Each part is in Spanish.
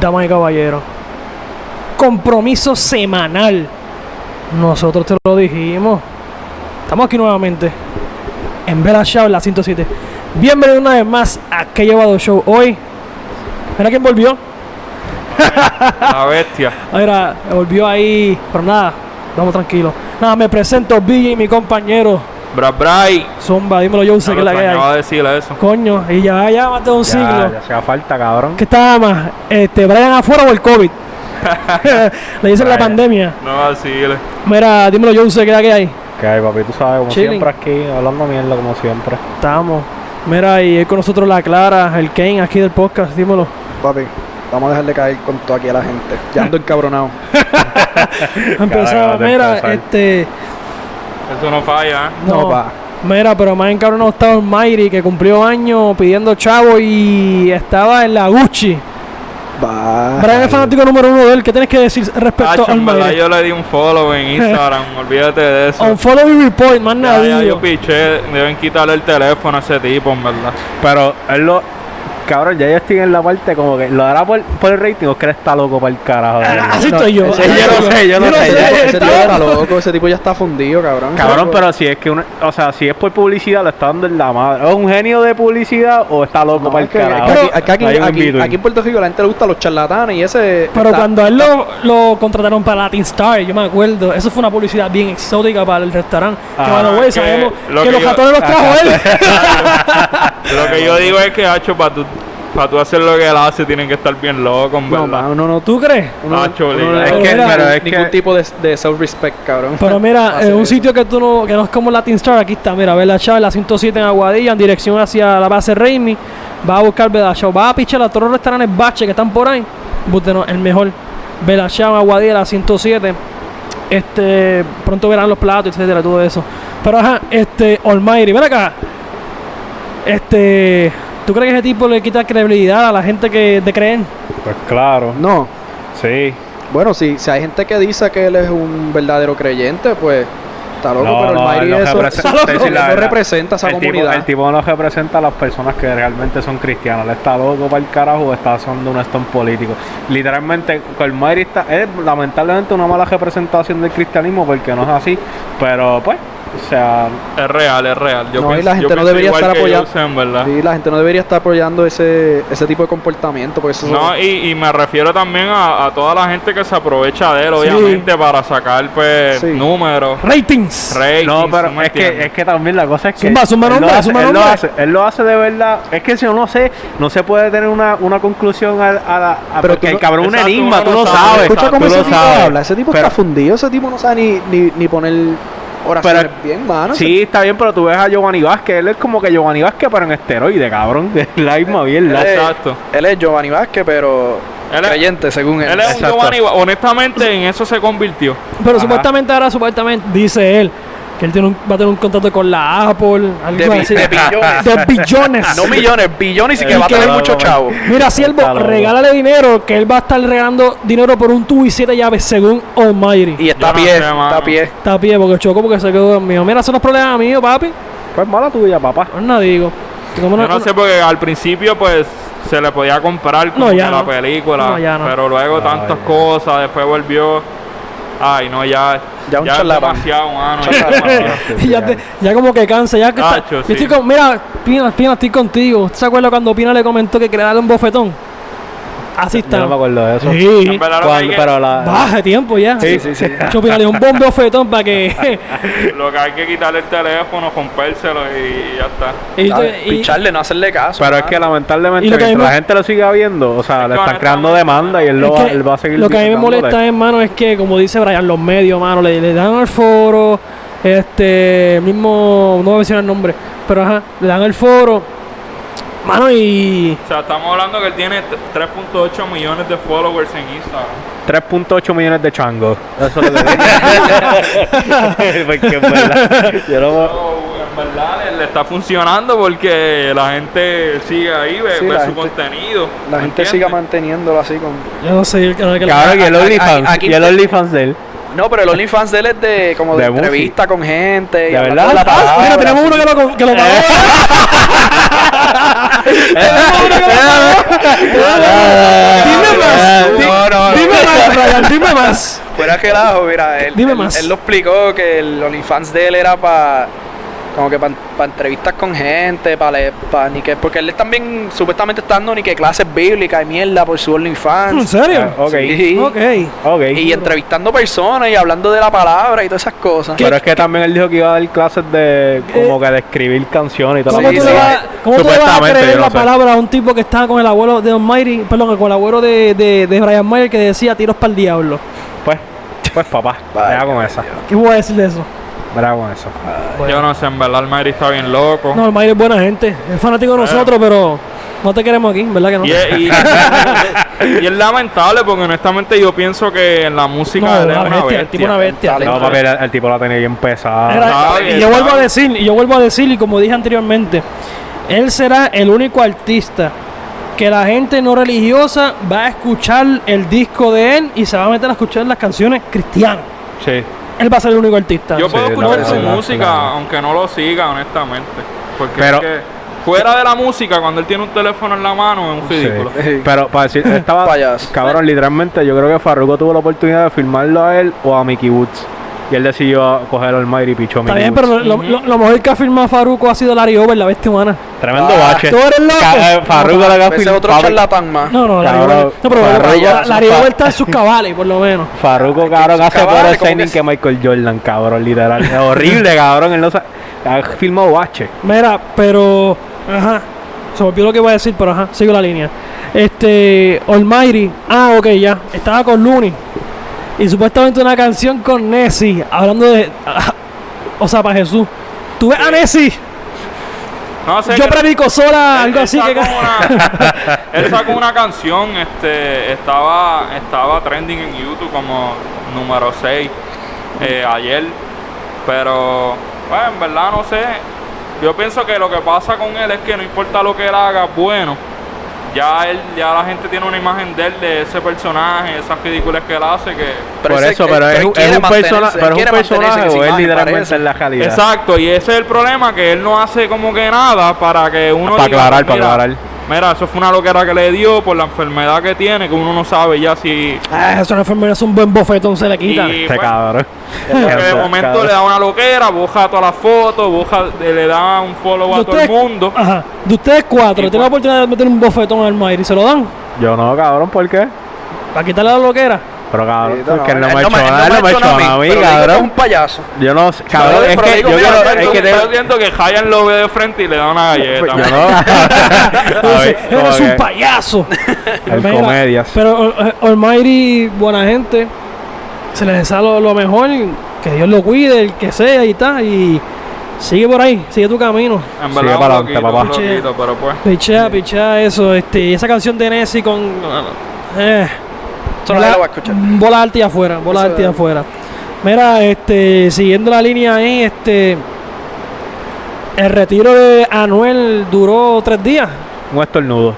damas y caballeros. Compromiso semanal. Nosotros te lo dijimos. Estamos aquí nuevamente. En Vela Show, la 107. Bienvenido una vez más a Que Llevado Show hoy. Mira quién volvió. La bestia. Mira, volvió ahí. Pero nada, vamos tranquilos. Nada, me presento, BJ, mi compañero. Bra Bray. Zumba, dímelo, yo sé Ya lo que es la que extrañaba hay. decirle eso. Coño, y ya, ya, más de un siglo. Ya, ya hacía falta, cabrón. ¿Qué estaba más? Este, Brian afuera o el COVID. Le dicen la Brian. pandemia. No decirle. Mira, dímelo, yo sé que es la que hay. Que hay, papi, tú sabes, como Chilling. siempre aquí, hablando mierda, como siempre. Estamos. Mira, y es con nosotros la Clara, el Kane aquí del podcast, dímelo. Papi, vamos a dejar de caer con todo aquí a la gente. Ya ando encabronado. Empezaba, de mira, empezar. este. Eso no falla, ¿eh? No, No, pa. Mira, pero más encabronado estaba el Mayri, que cumplió años pidiendo chavo y estaba en la Gucci. Va. Brian es fanático número uno de él. ¿Qué tienes que decir Pues respecto Tacho, al en verdad Mayri? yo le di un follow en Instagram, olvídate de eso. Oh, On follow y report, más Ya, ya, nadie. yo piché, deben quitarle el teléfono a ese tipo, en verdad. Pero él lo. Cabrón, ya yo estoy en la parte como que lo hará por, por el rating o es que él está loco para el carajo. Ah, Así No, estoy yo. ese- yo no sé, yo no sé, Ese, ya- ese está tipo está loco. loco, ese tipo ya está fundido, cabrón. Cabrón, pero si es que uno, o sea, si es por publicidad, lo está dando en la madre. ¿Es un genio de publicidad o está loco No, para es el que- carajo? es que aquí, es que aquí- No hay un aquí- in-between. aquí en Puerto Rico la gente le gusta los charlatanes y ese. Pero está- cuando a él lo, lo contrataron para Latin Star, yo me acuerdo, eso fue una publicidad bien exótica para el restaurante. que Ah, bueno, güey, que sabemos lo que, que los yo- ratones los trajo él. Lo que yo digo es que, Hacho, para tú, pa' tú hacer lo que él hace, tienen que estar bien locos, en No, verdad. no, no, no. ¿Tú crees? uno- Nacho, uno liga. no Es le- que- no le- pero es ningún que- tipo de, de self-respect, cabrón. Pero mira, Hacer en un eso. sitio que tú no, que no es como Latin Star, aquí está, mira, ve la chava, la 107 en Aguadilla, en dirección hacia la base Raimi, va a buscar Bella Show, va a pichar a todos los restaurantes bache que están por ahí, búsquenos el mejor, Bella Show en Aguadilla, la 107, este, pronto verán los platos, etcétera, todo eso. Pero ajá, este, Almighty, ven acá, este, ¿tú crees que ese tipo le quita credibilidad a la gente que te creen? Pues claro, No. sí. Bueno, si, si hay gente que dice que él es un verdadero creyente, pues está loco, No, pero el no, Mayri él no eso, representa- eso- te decir la no verdad. representa esa el tipo, comunidad. el tipo no representa a las personas que realmente son cristianas. Él está loco para el carajo o está haciendo un stunt político. Literalmente, Colmairi está, es lamentablemente una mala representación del cristianismo porque no es así. Pero pues, o sea, Es real, es real. Yo No, y pienso- la yo gente no pienso debería igual estar que apoyando- Jose, en verdad. Sí, la gente no debería estar apoyando ese, ese tipo de comportamiento, porque eso No, y, y me refiero también a, a toda la gente que se aprovecha de él, Sí. obviamente, para sacar pues, Sí. números, Ratings. ratings, no, ¿tú pero me es que, entiendes? es que también la cosa es que. Zumba, zumba él lo nombre, hace- zumba él lo nombre. hace, él lo hace de verdad. Es que si uno sé, no se puede tener una, una conclusión a, a la. a- Pero porque tú el no- cabrón es un exacto, enigma, uno tú no lo sabe. sabes. Escucha Exacto, cómo tú ese lo tipo sabes. habla, ese tipo Pero- está fundido, ese tipo no sabe ni, ni, ni poner oraciones Pero- bien, mano. Sí, está bien, Ah, pero tú ves a Giovanni Vázquez, él es como que Giovanni Vázquez, pero en esteroide, cabrón. Es la misma mierda. Eh, Exacto. Él es Giovanni Vázquez, pero Él es- creyente, según él. Él es un Exacto. Giovanni, honestamente en eso se convirtió. Pero Ajá. supuestamente ahora, supuestamente, dice él que él tiene un- va a tener un contrato con la Apple, algo bi- así. de billones. De billones. millones, billones y que va a tener mucho chavo. Mira, siervo, Está loco. regálale dinero, que él va a estar regalando dinero por un tubo y siete llaves, según Almighty. está a pie, está a pie. Está a pie porque chocó porque se quedó dormido. Mira, son los problemas míos, papi. Pues mala tuya, papá. No, no digo. Como Yo no sé porque al principio pues se le podía comprar como No, que ya la no. película, No, ya no. pero luego Ay, tantas ya. cosas, después volvió. Ay, no, ya Ya un es charlatán. demasiado, mano, ya es demasiado. Y ya, te- ya como que cansa, ya que está- Tacho, yo sí. estoy con- mira, Pina, Pina, estoy contigo. ¿Usted se acuerda cuando Pina le comentó que quería darle un bofetón? Así Yo no me está. acuerdo de eso. Sí. En verdad, lo que hay Cuando- que- pero la. Baja tiempo ya. Sí, sí, sí. Yo pínale un buen bofetón para que. Lo que hay que quitarle el teléfono, rompérselo y ya está. y, tú- y- Picharle, no hacerle caso. Pero es que Y lamentablemente, lo que a mí mientras me- la gente lo siga viendo, o sea, Es le que están creando honestamente- demanda y él, lo, es va, que él va a seguir lo que a mí me dándole. molesta, hermano, es que, como dice Brian, los medios, mano, le, le dan el foro. Este, mismo, no voy a mencionar el nombre, pero ajá, le dan el foro. Mano, y. O sea, estamos hablando que él tiene t- 3.8 millones de followers en Instagram. 3.8 millones de changos. Eso es lo que Porque en verdad, yo no- Pero, en verdad le, le está funcionando porque la gente sigue ahí, ve, Sí, ve la su gente- contenido. la ¿me gente entiendes? siga manteniéndolo así con. Yo no sé, que- que- Cabrón, y el Aquí- OnlyFans. aquí- Y el OnlyFans de él. No, pero el OnlyFans de él es de como De de, música. entrevista con gente. y ¿De hablar verdad? con la Ah, palabra, mira, tenemos uno que lo, que lo pagó. Dime más. di- No, no, no. Dime más, Brian, dime más. Fuera que lajo, mira, él, Dime él- más. él lo explicó que el OnlyFans de él era para como que para entrevistas con gente, para ni que porque él también supuestamente está dando ni que clases bíblicas y mierda por su ¿En OnlyFans. serio? Ok, Sí. Ok. ok. Y entrevistando personas y hablando de la palabra y todas esas cosas. Pero es que también él dijo que iba a dar clases de como Eh, que de escribir canciones y todo ¿Cómo Sí, tú sí. le vas, cómo tú le vas a Supuestamente, creer yo no la sé. palabra a un tipo que estaba con el abuelo de Almighty, perdón, con el abuelo de, de, de Brian Mayer que decía tiros para el diablo? Pues, pues papá, Vaya, verá con esa. ¿Qué voy a decir de eso? Verá con eso. Yo no sé, en verdad el Madrid está bien loco. No, Almighty es buena gente, es fanático de nosotros, pero no te queremos aquí, ¿verdad que no? Y es, y- y es lamentable porque honestamente yo pienso que en la música No, él es una una bestia, el tipo una bestia. Talento. No, papi, el, el tipo la tenía bien pesada. Era- Está y bien, yo está vuelvo a bien. decir, y yo vuelvo a decir, y como dije anteriormente, él será el único artista que la gente no religiosa va a escuchar el disco de él y se va a meter a escuchar las canciones cristianas. Sí. Él va a ser el único artista. Yo puedo Sí, la escuchar verdad, su la verdad, música, la verdad. aunque no lo siga, honestamente. Porque Pero- es que fuera de la música, cuando él tiene un teléfono en la mano, es un Sí. ridículo. Pero para decir, estaba Payaso. cabrón, literalmente yo creo que Farruko tuvo la oportunidad de firmarlo a él o a Mickey Woods. Y él decidió coger al Mayri y pichó a Está Mickey bien, Woods. pero lo, lo- lo mejor que ha firmado Faruco ha sido Larry Over, la bestia humana. Tremendo Ah, bache. ¿tú eres loco? Ca- eh, Farruko la Ese es otro charlatán más. No, no, Larry Cabrón, Over. No, pero Farruko la- es Larry un fa- Over está en sus cabales, por lo menos. Farruko, cabrón, sus hace cabales, peor ¿cómo signing que que Michael Jordan, cabrón, literal. Es horrible, cabrón. Él no sa- ha filmado bache. Mira, pero. Ajá. Se me olvidó lo que iba a decir, pero ajá, sigo la línea. Este. Almighty. Ah, ok, ya. Estaba con Looney. Y supuestamente una canción con Nessie. Hablando de. o sea, para Jesús. ¿Tú ves a Nessie? No sé Yo que- predico sola, algo él así que. sacó una- él sacó una canción, este, estaba, estaba trending en YouTube como número 6 eh, ayer. Pero, bueno, en verdad no sé. Yo pienso que lo que pasa con él es que no importa lo que él haga, bueno. Ya él, ya la gente tiene una imagen de él, de ese personaje, esas ridículas que él hace que. ese- Por eso, pero él es, un- quiere es un mantenerse- persona- él pero es un quiere mantenerse personaje en su o es imagen, literalmente parece. en la calidad. Exacto, y ese es el problema, que él no hace como que nada para que uno... Para diga, aclarar, para "Mira, aclarar". Mira, eso fue una loquera que le dio por la enfermedad que tiene, que uno no sabe ya si... Ah, eso no enfermera es un buen bofetón, se le quita. Y, Este bueno, cabrón. porque de Cabrón. momento le da una loquera, boja todas las fotos, boja, le da un follow De a todo el mundo. Ajá. De ustedes cuatro, Y tienen la cuatro. oportunidad de meter un bofetón al Mayri, ¿se lo dan? Yo no, cabrón, ¿por qué? ¿Para quitarle la bloquera? Pero cabrón, Sí, no, porque él no él me ha hecho él nada, él no me ha hecho nada a mí, pero digo que Es un cabrón. payaso. Yo no, sé, cabrón, es pero que yo digo, mira, quiero- pero es Estoy que tengo- viendo que Hayan lo ve de frente y le da una galleta. Yo no. A Entonces, ver, como eres un que- payaso. El Mira, comedias. Pero eh, Almighty, buena gente. Se les desea lo, lo mejor. Que Dios lo cuide, el que sea y tal. Y sigue por ahí, sigue tu camino. En Sigue verdad, un para adelante, loquito, papá. un loquito, pero pues... Pichea, pichea eso. Este, y esa canción de Nessie con. Eh, Mm, Eso nadie lo va a escuchar. Bola alta y afuera, bola Eso- alta y afuera. Mira, este, siguiendo la línea ahí, este. El retiro de Anuel duró tres días. Un estornudo.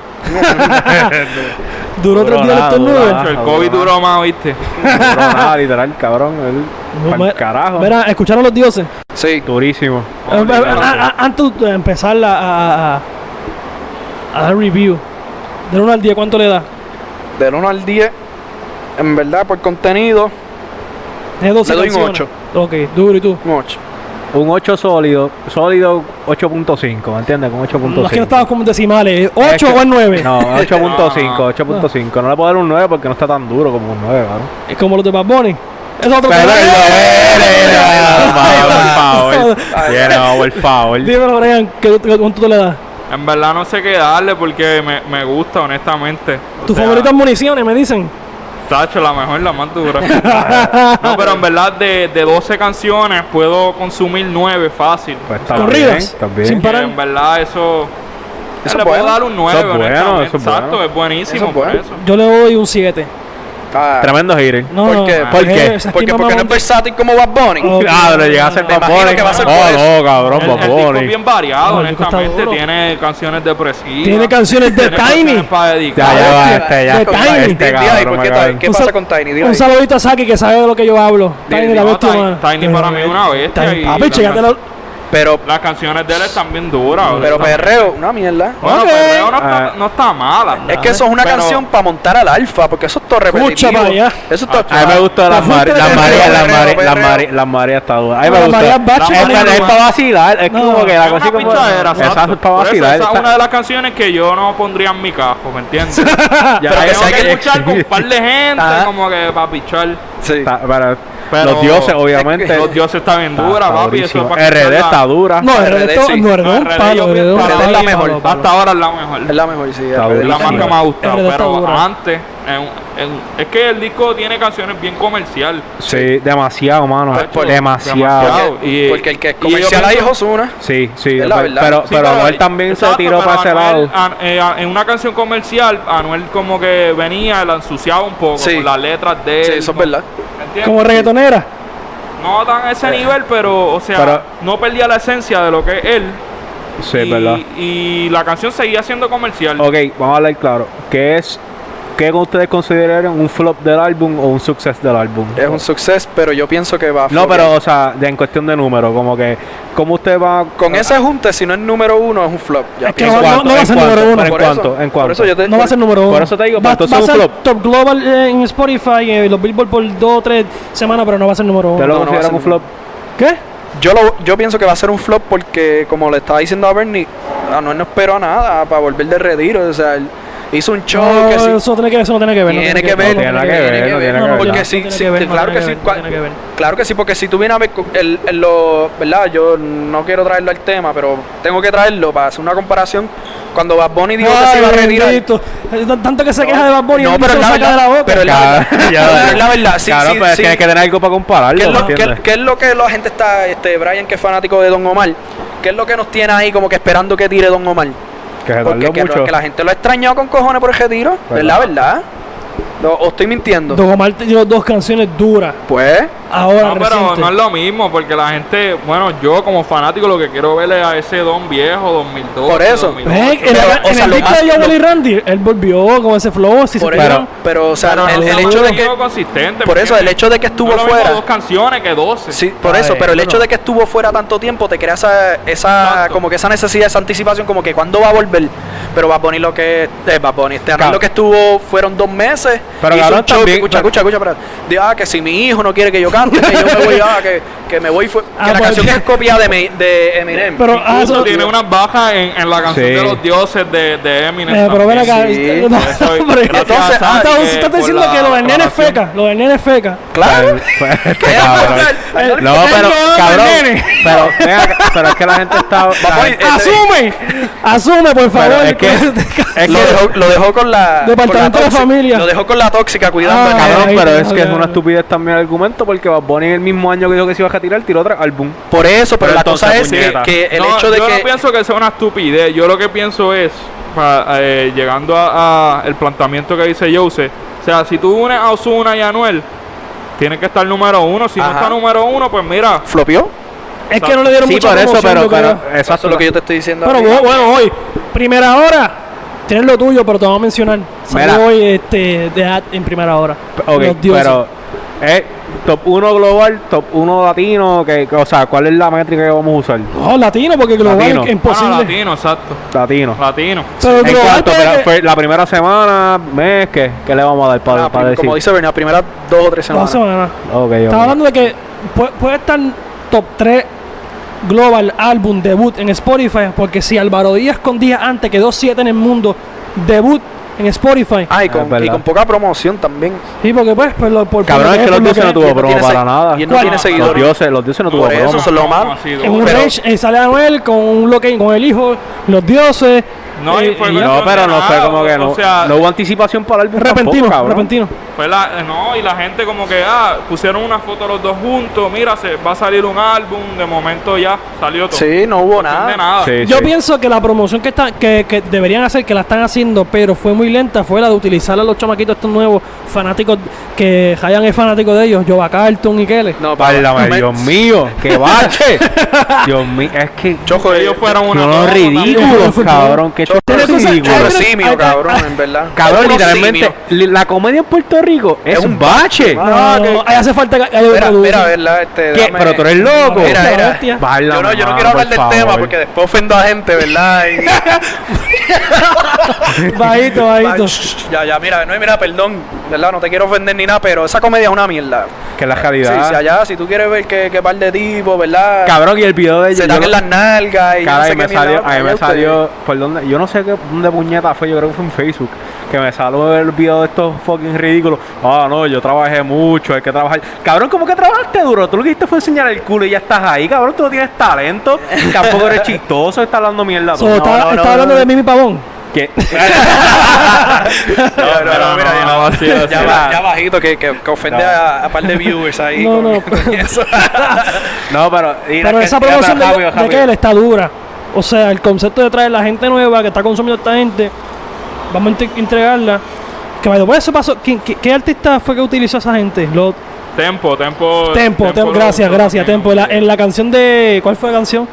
Duró, Duró tres días el nada, duró estornudo. nada. el Ah, COVID bueno. duró más, ¿viste? No, nada, literal, cabrón. Él, No, pa'l mira- carajo. Mira, escucharon los dioses. Sí. Durísimo. Eh, eh, eh, a- a- Antes de empezar la- a, a, a dar review, del 1 al 10, ¿cuánto le da? Del 1 al 10, en verdad, por contenido, Tiene 12 Le doy un canciones. ocho. Ok, duro y tú. un 8. Un 8 sólido. Sólido 8.5, ¿me entiendes? Con 8.5. No es que no estabas como en decimales. ¿8 Es que- o el 9? No, 8.5, 8.5. No le puedo dar un 9 porque no está tan duro como un 9, cabrón. Es como los de Bad Bunny. Es otro Pero eh, tema. no, por favor, por favor. Yeah, no, por favor. Dímelo, Brian, ¿qué- qué- ¿cuánto tú le das? En verdad no sé qué darle porque me, me gusta, honestamente. O Tus sea, favoritas municiones, me dicen. Tacho, la mejor, la más dura. no, pero en verdad de, de 12 canciones puedo consumir 9 fácil. Pues está Corridas. bien, está bien. Sin Que parar. en verdad eso... Eso le es puedo bueno. dar un 9, Eso es bueno, honestamente. eso es bueno. Exacto, es buenísimo Eso es por bueno. eso. Yo le doy un 7. Ah, Tremendo hitter. No, ¿Por no, qué? no, ¿Por qué? eh, esa es porque que porque no es mamá- versátil como Bad Bunny. Oh, Ah, pero llega a ser Te Bad imagino Bunny. que va a ser por Oh, no, El, cabrón, el Bad disco es Bunny. bien variado, No, el disco está honestamente. duro. Tiene canciones depresivas. Tiene canciones de tiene canciones Tiny. para Ya, Ah, dedicar. ya va, Hostia, este, ya. de Tiny. Este Di ahí, cabrón, ¿por qué, me Tiny? cae. ¿Qué Un pasa sal- con Tiny? Di Un ahí. saludito a Saki que sabe de lo que yo hablo. Dile, Tiny, la no, bestia Tiny- humana. Tiny para mí es una bestia Tiny- y Papi, la- checate la- Pero, Las canciones de él están bien duras. pero honestamente. perreo, una mierda. Bueno, Ok. perreo no está, Ah. no está mala. Es que eso es una Oh, Pero- canción para montar al alfa, porque eso es todo repetitivo. Escucha para allá. Eso es todo. A mí me gustó La las fuente mareas, de las perreo, mareas, las perreo, mareas, las perreo. mareas, las mareas está dura. A mí No, me las mareas gusta. baches, Es no, para- no, es no. para vacilar, es No. como que Es la una cosa como- pinchadera, Esa exacto. es para Por eso Esa vacilar. es está- una de las canciones que yo no pondría en mi cajo, ¿me entiendes? ya, pero que ya- si hay que- que escuchar con un par de gente, Ajá. como que para pichar. Sí. está- para- Pero- los dioses, obviamente. Los dioses está bien está- dura, está papi. Eso es durísimo. para RD escucharla. está dura. No, Ah, RD to- sí. no, RD un RD palo, yo- RD un RD palo, es la palo, mejor. palo, palo. Hasta ahora es la mejor. Es la mejor, Está sí. Es es la durísima. más que me ha gustado, RD está pero dura. antes, en- en- es que el disco tiene canciones bien comercial. Sí, demasiado, mano. Por- por- demasiado. demasiado. Porque, Y- porque el que es y yo comercial ahí es pienso- Ozuna. Sí, sí. Es la Pero, verdad. pero, Sí, pero Anuel eh, también se exacto, tiró pero para ese Anuel, lado. an- eh, an- en una canción comercial, Anuel como que venía, la ensuciaba un poco Sí. con las letras de él. Sí, eso es con- verdad. ¿entiendes? Como reggaetonera. No tan a ese Eh. nivel, pero, o sea, Pero- no perdía la esencia de lo que es él. Sí, y, verdad. y la canción seguía siendo comercial. Ok, vamos a hablar claro. ¿Qué es, qué ustedes consideraron un flop del álbum o un success del álbum? Es un suceso, pero yo pienso que va a no, flopear. pero, o sea, de- en cuestión de número, como que, ¿cómo usted va Con ese junte, si no es número uno, es un flop. Ya Es que pienso. no- no- no va a ser ¿En número cuánto? uno. ¿En Por cuánto? eso- ¿En Por cuánto? eso yo te- No va a ser número uno. Por eso te digo, va, pues, entonces va a es un ser flop. top global eh, en Spotify, eh, los Billboard por dos o tres semanas, pero no va a ser número ¿Usted uno. lo no, no va a considera ser un flop? ¿Qué? Yo, lo, yo pienso que va a ser un flop porque, como le estaba diciendo a Bernie, Anuel no esperó a nada para volver de retiro. O sea, él hizo un show que sí. No, eso, tiene que, eso no tiene que ver. no Tiene que no, ver, no tiene que ver, no tiene no, que no, ver. no, Porque no sí, tiene sí, que ver, no claro tiene que sí, ver, no cua- tiene que ver. Claro que sí, porque si tú vienes a ver co- el, el lo, ¿verdad? Yo no quiero traerlo al tema, pero tengo que traerlo para hacer una comparación. Cuando Bad Bunny dijo que se iba a Ay, retirar. bendito. Eh, t- Tanto que se queja de Bad Bunny, no, él se pero es lo la saca de la verdad. boca. Pero es la verdad. Es la verdad. Sí, claro, sí, pero es sí. que hay que tener algo para compararlo, ¿Qué es, lo, ¿me entiendes? qué- qué es lo que la gente está, este Brian, que es fanático de Don Omar? ¿Qué es lo que nos tiene ahí como que esperando que tire Don Omar? Que se Porque tardó que, mucho. que la gente lo ha extrañado con cojones por ese tiro. Es la verdad. Lo- ¿O estoy mintiendo? Don Omar te dio dos canciones duras. Pues, Ahora, No, pero reciente. no es lo mismo, porque la gente, bueno, yo como fanático lo que quiero ver es a ese don viejo, 2002. Por eso. Ven, en, Pero, la- o en sea, el lo disco más- de Joel lo- y Randy, él volvió con ese flow. Si se por fijan. eso, pero, o sea, Pero el, no el se ha hecho de que, mantenido consistente, por ¿me eso, el entiendes? hecho de que estuvo No es lo mismo fuera, dos canciones que 12. sí, por Ah, eso, eh, pero el bueno. hecho de que estuvo fuera tanto tiempo te crea esa, esa Exacto. como que esa necesidad, esa anticipación, como que cuándo va a volver. Pero Bad Bunny lo que, eh, Bad Bunny, este Anuel Claro. lo que estuvo fueron dos meses. Pero hizo cabrón, un show, también- escucha, escucha, escucha, espera. Dijo, ah, que si mi hijo no quiere que yo cante, que yo me voy, ah, que, que me voy, fue, que Ah, la pues, canción ya. fue copiada de, mi- de Eminem. Pero, ah, Incluso eso- tiene unas bajas en, en la canción Sí. de los dioses de, de Eminem. Eh, pero ven también. acá. Sí, eh, no, por eso- hombre, gracias ah, entonces, a hasta- Sari, si eh, estás por diciendo la que lo del nene es colaboración. feca. Lo del nene es feca. Eh, claro. Este cabrón. cabrón. No, Ay, pero, no, cabrón, nene. eh, pero, ven acá, pero es que la gente está... Vamos a ir- la- Este- ¡Asume! ¡Asume, por pero favor! es que, es lo, que- dejó, lo dejó con la. Departamento con de la tóxica- familia. Lo dejó con la tóxica cuidando Ah, a Cabrón, Ay, pero Dios, es que es Dios. una estupidez también el argumento porque Bad Bunny el mismo año que dijo que se iba a retirar tiró otro álbum. eh. Por eso, pero, Pero la entonces, cosa es que, puñeta. que el No, hecho de yo que. no pienso que sea una estupidez. Yo lo que pienso es, pa- eh, llegando al el planteamiento que dice Jose, o sea, si tú unes a Osuna y a Anuel, tiene que estar número uno. Si Ajá. no está número uno, pues mira, ¿Flopió? Es que no le dieron eh, Sí, mucha por eso, promoción, pero, yo pero creo. Eso es exacto. lo que yo te estoy diciendo. Pero ahorita. bueno, bueno, hoy, primera hora, tienes lo tuyo, pero te vamos a mencionar. Salió Mira. hoy este, de Ad en primera hora. Ok, Los dioses. pero eh, top 1 global, top 1 latino, que, que- o sea, ¿cuál es la métrica que vamos a usar? No, Oh, latino, porque global Latino. es imposible. bueno, Ah, latino, exacto. Latino. Latino. Pero En Ah. global pues, eh, cuanto, tiene pero que- fue la primera semana, mes, ¿qué, ¿Qué le vamos a dar para, Ah, para prim- decir? como dice Bernie, las primeras dos o tres Dos semanas. semanas. Ok, ok. Estaba hablando de que puede, puede estar top 3 global álbum debut en Spotify, porque si Álvaro Díaz con días antes quedó 7 en el mundo, debut en Spotify. Ah, y Ah, es con, verdad. y con poca promoción también. Sí, porque pues, pues lo- por, Cabrón, por es que por los dioses no tuvo él no promo tiene para se- nada. y él no tiene Los seguidores. dioses, los dioses no tuvo Por eso promo. se lo malo. ha sido. En un Pero- range eh, sale Anuel con un loque con el hijo, los dioses. No, eh, y fue y con- ya. No, pero no fue como que no, O sea- no hubo anticipación para el álbum repentino, tampoco, cabrón. repentino. Fue la- eh, no, y la gente como que, ah, pusieron una foto los dos juntos, mira, se, va a salir un álbum, de momento ya salió todo. Sí, no hubo No entiende nada. nada. Sí, Yo sí. pienso que la promoción que, está, que, que deberían hacer, que la están haciendo, pero fue muy lenta, fue la de utilizar a los chamaquitos estos nuevos fanáticos, que Hayan es fanático de ellos, Jova Carlton y Kele. No, para Válgame, Dios mío, qué bache. Dios mío, es que Choco, Ellos eh, fueron una no, broma, ridículos, fútbol. cabrón, que que Chorro chiste Pero tú sabes- ridículo. Ay, Chorro pero- ay, simio, cabrón, en verdad. Cabrón, Chorro literalmente, simio. li- la comedia en Puerto Rico es, Es un un bache. No, Ah, no, que- ahí hace falta que haya Espera, otro dulce. espera, ¿verdad? Este, ¿Qué? dame- Pero tú eres loco. Mira, mira. Hostia. Baila, Yo no, yo no mamá, quiero hablar por del favor. tema porque después ofendo a gente, ¿verdad? Y- Bajito, bajito. ya, ya, mira, no, mira, perdón, ¿verdad? No te quiero ofender ni nada, pero esa comedia es una mierda. Que la Sí, realidad. sí, allá, si tú quieres ver que, que par de tipos, ¿verdad? Cabrón, y el video de se yo- dan en las nalgas y yo Cara, no sé y me qué mierda, salió, a mí allá me ustedes. salió, por dónde, yo no sé qué, dónde puñeta fue, yo creo que fue en Facebook, que me salió el video de estos fucking ridículos. Ah, no, yo trabajé mucho, hay que trabajar. Cabrón, ¿cómo que trabajaste duro? Tú lo que hiciste fue enseñar el culo y ya estás ahí, cabrón, tú no tienes talento, tampoco eres chistoso, estás hablando mierda. tú. So, está, No, no, está no, hablando no, de Mimi Pavón. ¿Qué? No, no, no, no, mira, no, ya, no, así, así. ya ba- ya bajito, que, que, que ofende No. a, a par de viewers ahí. No, con- no, con eso. No, pero... mira, Pero que- esa mira, promoción de, pero de rápido, rápido. Kell está dura. O sea, el concepto de traer la gente nueva que está consumiendo esta gente, vamos a int- entregarla. Que by the way, eso pasó. ¿Quién- qué, qué artista fue que utilizó esa gente? Los Tempo, tempo. Tempo, Tempo, lo- gracias, lo- gracias, Tempo. La- en la canción de. ¿Cuál fue la canción?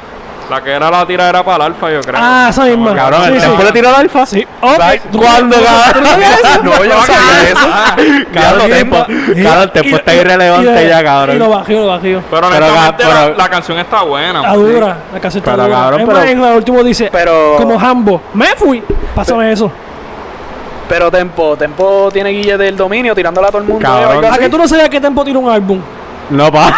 La que era la tiradera para el alfa, yo creo. Ah, esa misma. Cabrón, Sí, ¿el sí. tiempo le tiró al alfa? Sí. Oh, Right. ¿tú- ¿Cuándo, tú- tú- tú- tú- No, yo no sabía eso. Cabrón, Diablo, tiempo, tú- cabrón, tiempo está y- y- irrelevante y- ya, Y lo cabrón. bajó, lo bajó. Pero Pero, honestamente ca- la- pero- la, canción está buena. Está dura, la canción está Pero, dura. cabrón, es más, pero- en el último dice, Pero- como Hambo, me fui. Pásame eso. Pero Tempo, Tempo tiene guille del dominio tirándole a todo el mundo. Cabrón. ¿eh? Algo ¿A así. que tú no sabías que Tempo tiró un álbum? No, pa.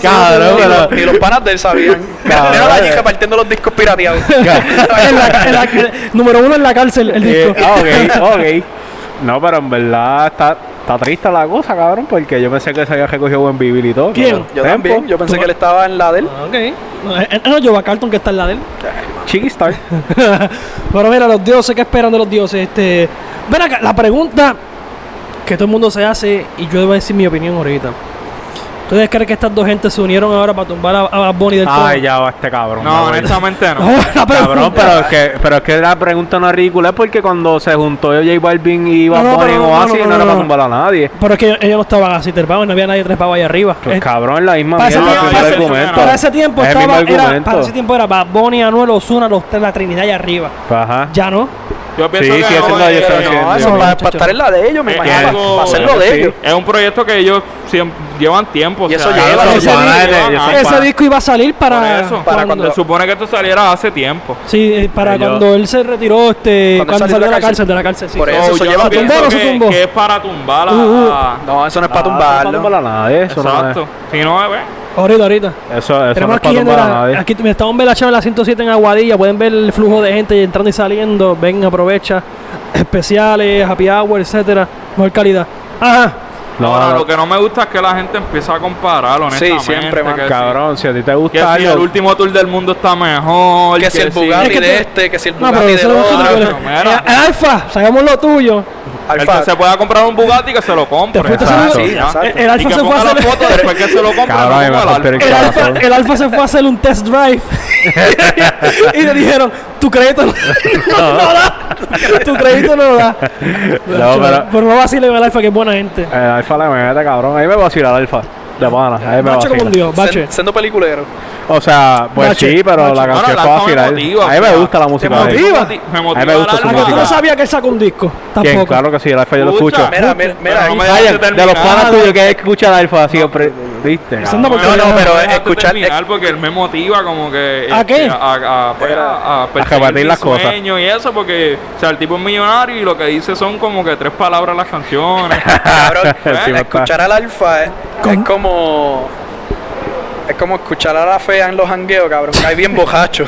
Cabrón, Ni pero... los- Ni los panas de él sabían. Cabrón. eh. Era allí repartiendo los discos pirateados. En la- en la- en- número uno en la cárcel, el disco. Eh, ah, ok, ok. No, pero en verdad está, está triste la cosa, cabrón, porque yo pensé que se había recogido buen vivir y todo. ¿Quién? Yo Tempo, también, yo pensé que él estaba en la de él. Ah, Ok. No, eh, No, yo a Carlton que está en la de él. Chiqui Star. Pero mira, los dioses, ¿qué esperan de los dioses? Este, ven acá, la pregunta que todo el mundo se hace, y yo debo decir mi opinión ahorita. ¿Ustedes creen que estas dos gentes se unieron ahora para tumbar a, a Bad Bunny del todo? Ay, ya va este cabrón. No, me voy. honestamente no. No, la pregunta- Cabrón, pero es, que, pero es que la pregunta no es ridícula, es porque cuando se juntó J Balvin y Bad No, no, Bunny pero en no, no, Oasis, no, no, no, era no. para tumbar a nadie. Pero es que ellos, ellos no estaban así trepados, no había nadie trepado ahí arriba. Pues, Eh, cabrón, es la misma pasa- mierda, es el pasa- mismo argumento. para ese tiempo es el mismo estaba, era, argumento. para ese tiempo era Bad Bunny, Anuel, Ozuna, los tres, la Trinidad allá arriba. Ajá. Ya no. Yo pienso Sí, que sí, no, eso es lo que yo eh, estaba no, diciendo. eso- Eso, para, muchacho. estar en la de ellos, me Es imagino. para- algo- para hacerlo de Sí. ellos. Es un proyecto que ellos siem- llevan tiempo. Y o eso sea, ellos lleva, ese lo disco- llevan, ajá, ese disco iba a salir para, por eso. para cuando- Se supone que esto saliera hace tiempo. Sí, eh, para Pero yo- cuando él se retiró, este, Cuando cuando, él salió salió de la cárcel, de la cárcel, sí. Por Sí. eso, So, eso yo lleva pienso tiempo. que- ¿Eso tumbó? Que es para tumbar a... Uh, uh. a- No, eso no es Ah, para No es tumbarlo. para nadie, eso Exacto. Si no, eh, Ahorita, ahorita. no es. Eso, eso no Tenemos es aquí, para gente, tumbar a la, nadie. aquí me estamos en la chava en la 107 en Aguadilla. Pueden ver el flujo de gente entrando y saliendo. Ven, aprovecha. Especiales, happy hour, etcétera. Mejor calidad. Ajá. No, Ahora, no, lo que no me gusta es que la gente empieza a comparar, honestamente. siempre, man. que si- Cabrón, si a ti te Que gusta si algo- el último tour del mundo está mejor. Que si el Bugatti Es que de tú- este, que si el No, Bugatti pero del eso no es otro. lo que tú no, quieres. mira. Eh, Alfa, sabemos lo tuyo. El Alfa, que se pueda comprar un Bugatti que se lo compre. Te fuiste a Exacto, hacer un- sí, exacto. el, el Y Alfa que se fue a ponga la hacer. foto después que se lo compre. Cabrón, ponga me la va a alarma. romper El alfa, Cabrón. el Alfa se fue a hacer un test drive y le dijeron, tu crédito no, no da, tu crédito no da. No, pero- Eh, pero no vacilen al Alfa que es buena gente. El alfa le mete, cabrón. Ahí me vacila el alfa. De pana. Ahí me Bache como vacila. un dios, bache. sen- siendo peliculero. O sea, pues Bache, sí, pero bache. la Bueno, canción el es alfa me fácil. motiva, a mí o me sea, gusta la te música de él. motiva. él. Me motiva. me gusta el su alfa. ¿A que tú música. no sabías que él sacó un disco? ¿Quién? Tampoco. Claro que sí, el alfa yo lo Escucha, escucho. Mira, mira, mira. Pero ahí. no me Vaya, dejaste de los terminar. panas tuyos que escucha el alfa siempre. ¿Viste? Eso no, cabrón? porque- No, no, pero dejaste escuchar. eh, terminar porque él me motiva como que... ¿A este, qué? A, a, pues, a, a perseguir combatir mis las cosas. sueños y eso porque... O sea, el tipo es millonario y lo que dice son como que tres palabras las canciones. Cabrón, El tipo está- escuchar al alfa es, ¿Cómo? es como. Es como escuchar a la fea en los jangueos, cabrón. Cae bien bojacho.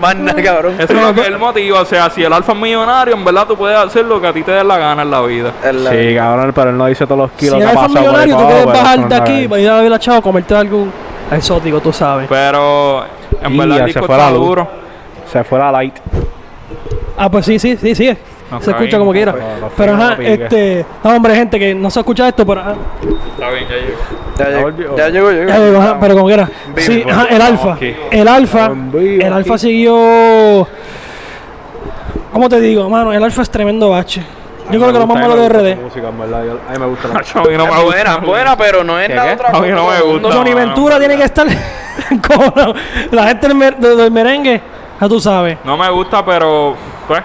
Más nada, cabrón. Eso es lo que él motiva. O sea, si el alfa es millonario, en verdad tú puedes hacer lo que a ti te dé la gana en la vida. El- Sí, cabrón, pero él no dice todos los Si kilos eres que ha alfa pasado por ahí millonario, tú para puedes abajo, pero bajar eso de no es aquí, nada. para ir a ver a Chavo, a comerte algún exótico, tú sabes. Pero en Y verdad ya el se disco fue la está luz. duro. Se fue la light. Ah, pues sí, sí, sí, sí. No está se escucha bien, como quiera. pero pues, lo Pero frío, ajá, papi, que- este. No, hombre, gente, que no se escucha esto, pero ah, ajá. Está bien, ya llegó. Ya, Ya llegó- volvió. ya llegó, llegó. Ya digo, ajá, pero como quiera. Vivo. Sí, ajá, el alfa. aquí. El alfa. Estamos vivos El alfa aquí. siguió. ¿Cómo te digo, mano? El alfa es tremendo bache. Yo creo que lo más malo de RD. A mí me gusta. Macho, a mí no me Es buena, gusta. buena, pero no es ¿Qué, la qué? otra A mí no me cosa. gusta. Johnny no, no, Ventura tiene que estar. Cojones. La gente del, mer- de- del merengue, ya tú sabes. No me gusta, pero pues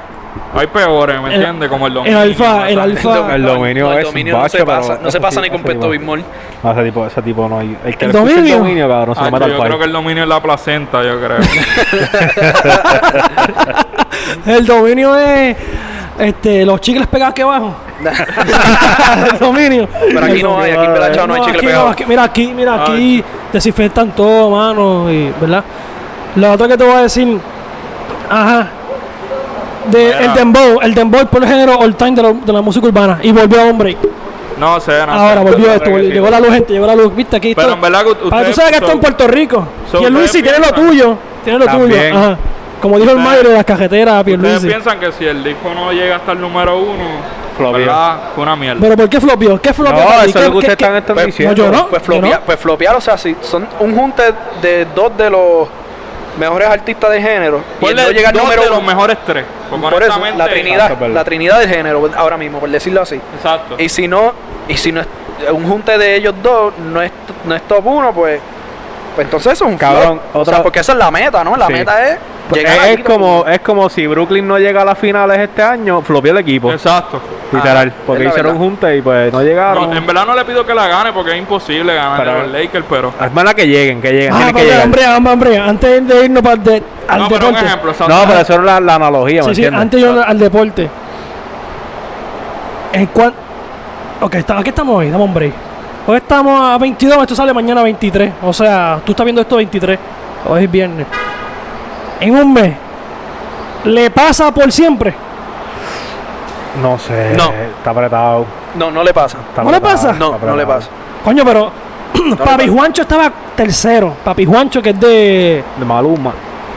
hay peores, ¿me El- entiendes? Como el El dominio. alfa, el ¿sabes? alfa. El dominio no, el es dominio un no se bache, pasa, pero no se ese pasa ni tipo- con ese Puerto tipo- Bismol. No, Ah, ese tipo, ese tipo no. El, el que ¿El le escuche dominio? el dominio, cabrón, se Ah, lo yo mata al creo país. que el dominio es la placenta, yo creo. El dominio es este, los chicles pegados aquí abajo. el dominio. Pero aquí no hay, aquí en Belachao no hay No, chicle aquí no, pegado. aquí- mira, aquí, mira, Ah, aquí desinfectan todo, mano, y, ¿verdad? Lo otro que te voy a decir, ajá, de, Mira. el dembow, el dembow por el género all time de, lo- de la música urbana, y volvió a hombre. No sé, no Ahora sé. volvió Yo esto, creo que Ah, sí. llegó la luz, gente, llegó la luz, viste, aquí Pero esto- en verdad que u- Para que tú ustedes sabes que esto son- en Puerto Rico, so y el Luisi ustedes tiene lo piensan- tuyo, tiene lo tuyo, También. ajá. Como dijo el Ustedes- Mario de las carreteras, Ustedes Pierluisi. piensan que si el disco no llega hasta el número uno, Flopió. ¿verdad? Fue una mierda. Pero ¿por qué flopió? ¿Qué flopió? No, para ti? eso ¿Qué- es lo que ustedes qué- qué- están, están Pues, diciendo. no, yo no. Pues flopear, pues flopear, o sea, si son un junte de dos de los mejores artistas de género. Y el Ponle no llega al dos número de los uno. mejores tres. Porque Por eso, honestamente- la Exacto, trinidad, es verdad. la trinidad del género, ahora mismo, por decirlo así. Exacto. Y si no, y si no es un junte de ellos dos no es, no es top uno, pues, pues entonces eso es un Cabrón, flop. O otra- sea, porque esa es la meta, ¿no? La Sí. meta es Pues llegar es, ahí, como, es como si Brooklyn no llega a las finales este año, flopió el equipo. Exacto. Literal. Ah, porque es la hicieron verdad. junta y pues no llegaron. No, en verdad no le pido que la gane porque es imposible ganar Pero- a los Lakers, pero. Es mala que lleguen, que lleguen. Ah, tienen que hombre, llegar. hombre, hombre, hombre, antes de irnos para el de- al no, pero un deporte. ejemplo, exacto. No, pero eso era la, la analogía, ¿me sí, sí, entiendes? antes de irnos al deporte. En cuan... Ok, está, aquí estamos hoy, dame un break. Hoy estamos a 22, esto sale mañana 23. O sea, tú estás viendo esto 23. Hoy es viernes. En un mes. ¿Le pasa por siempre? No sé. No. Está apretado. No, no le pasa. está ¿No le apretado, pasa? está No, no apretado. le pasa. Coño, pero... Papi pasa. Juancho estaba tercero. Papi Juancho, que es de... De Maluma.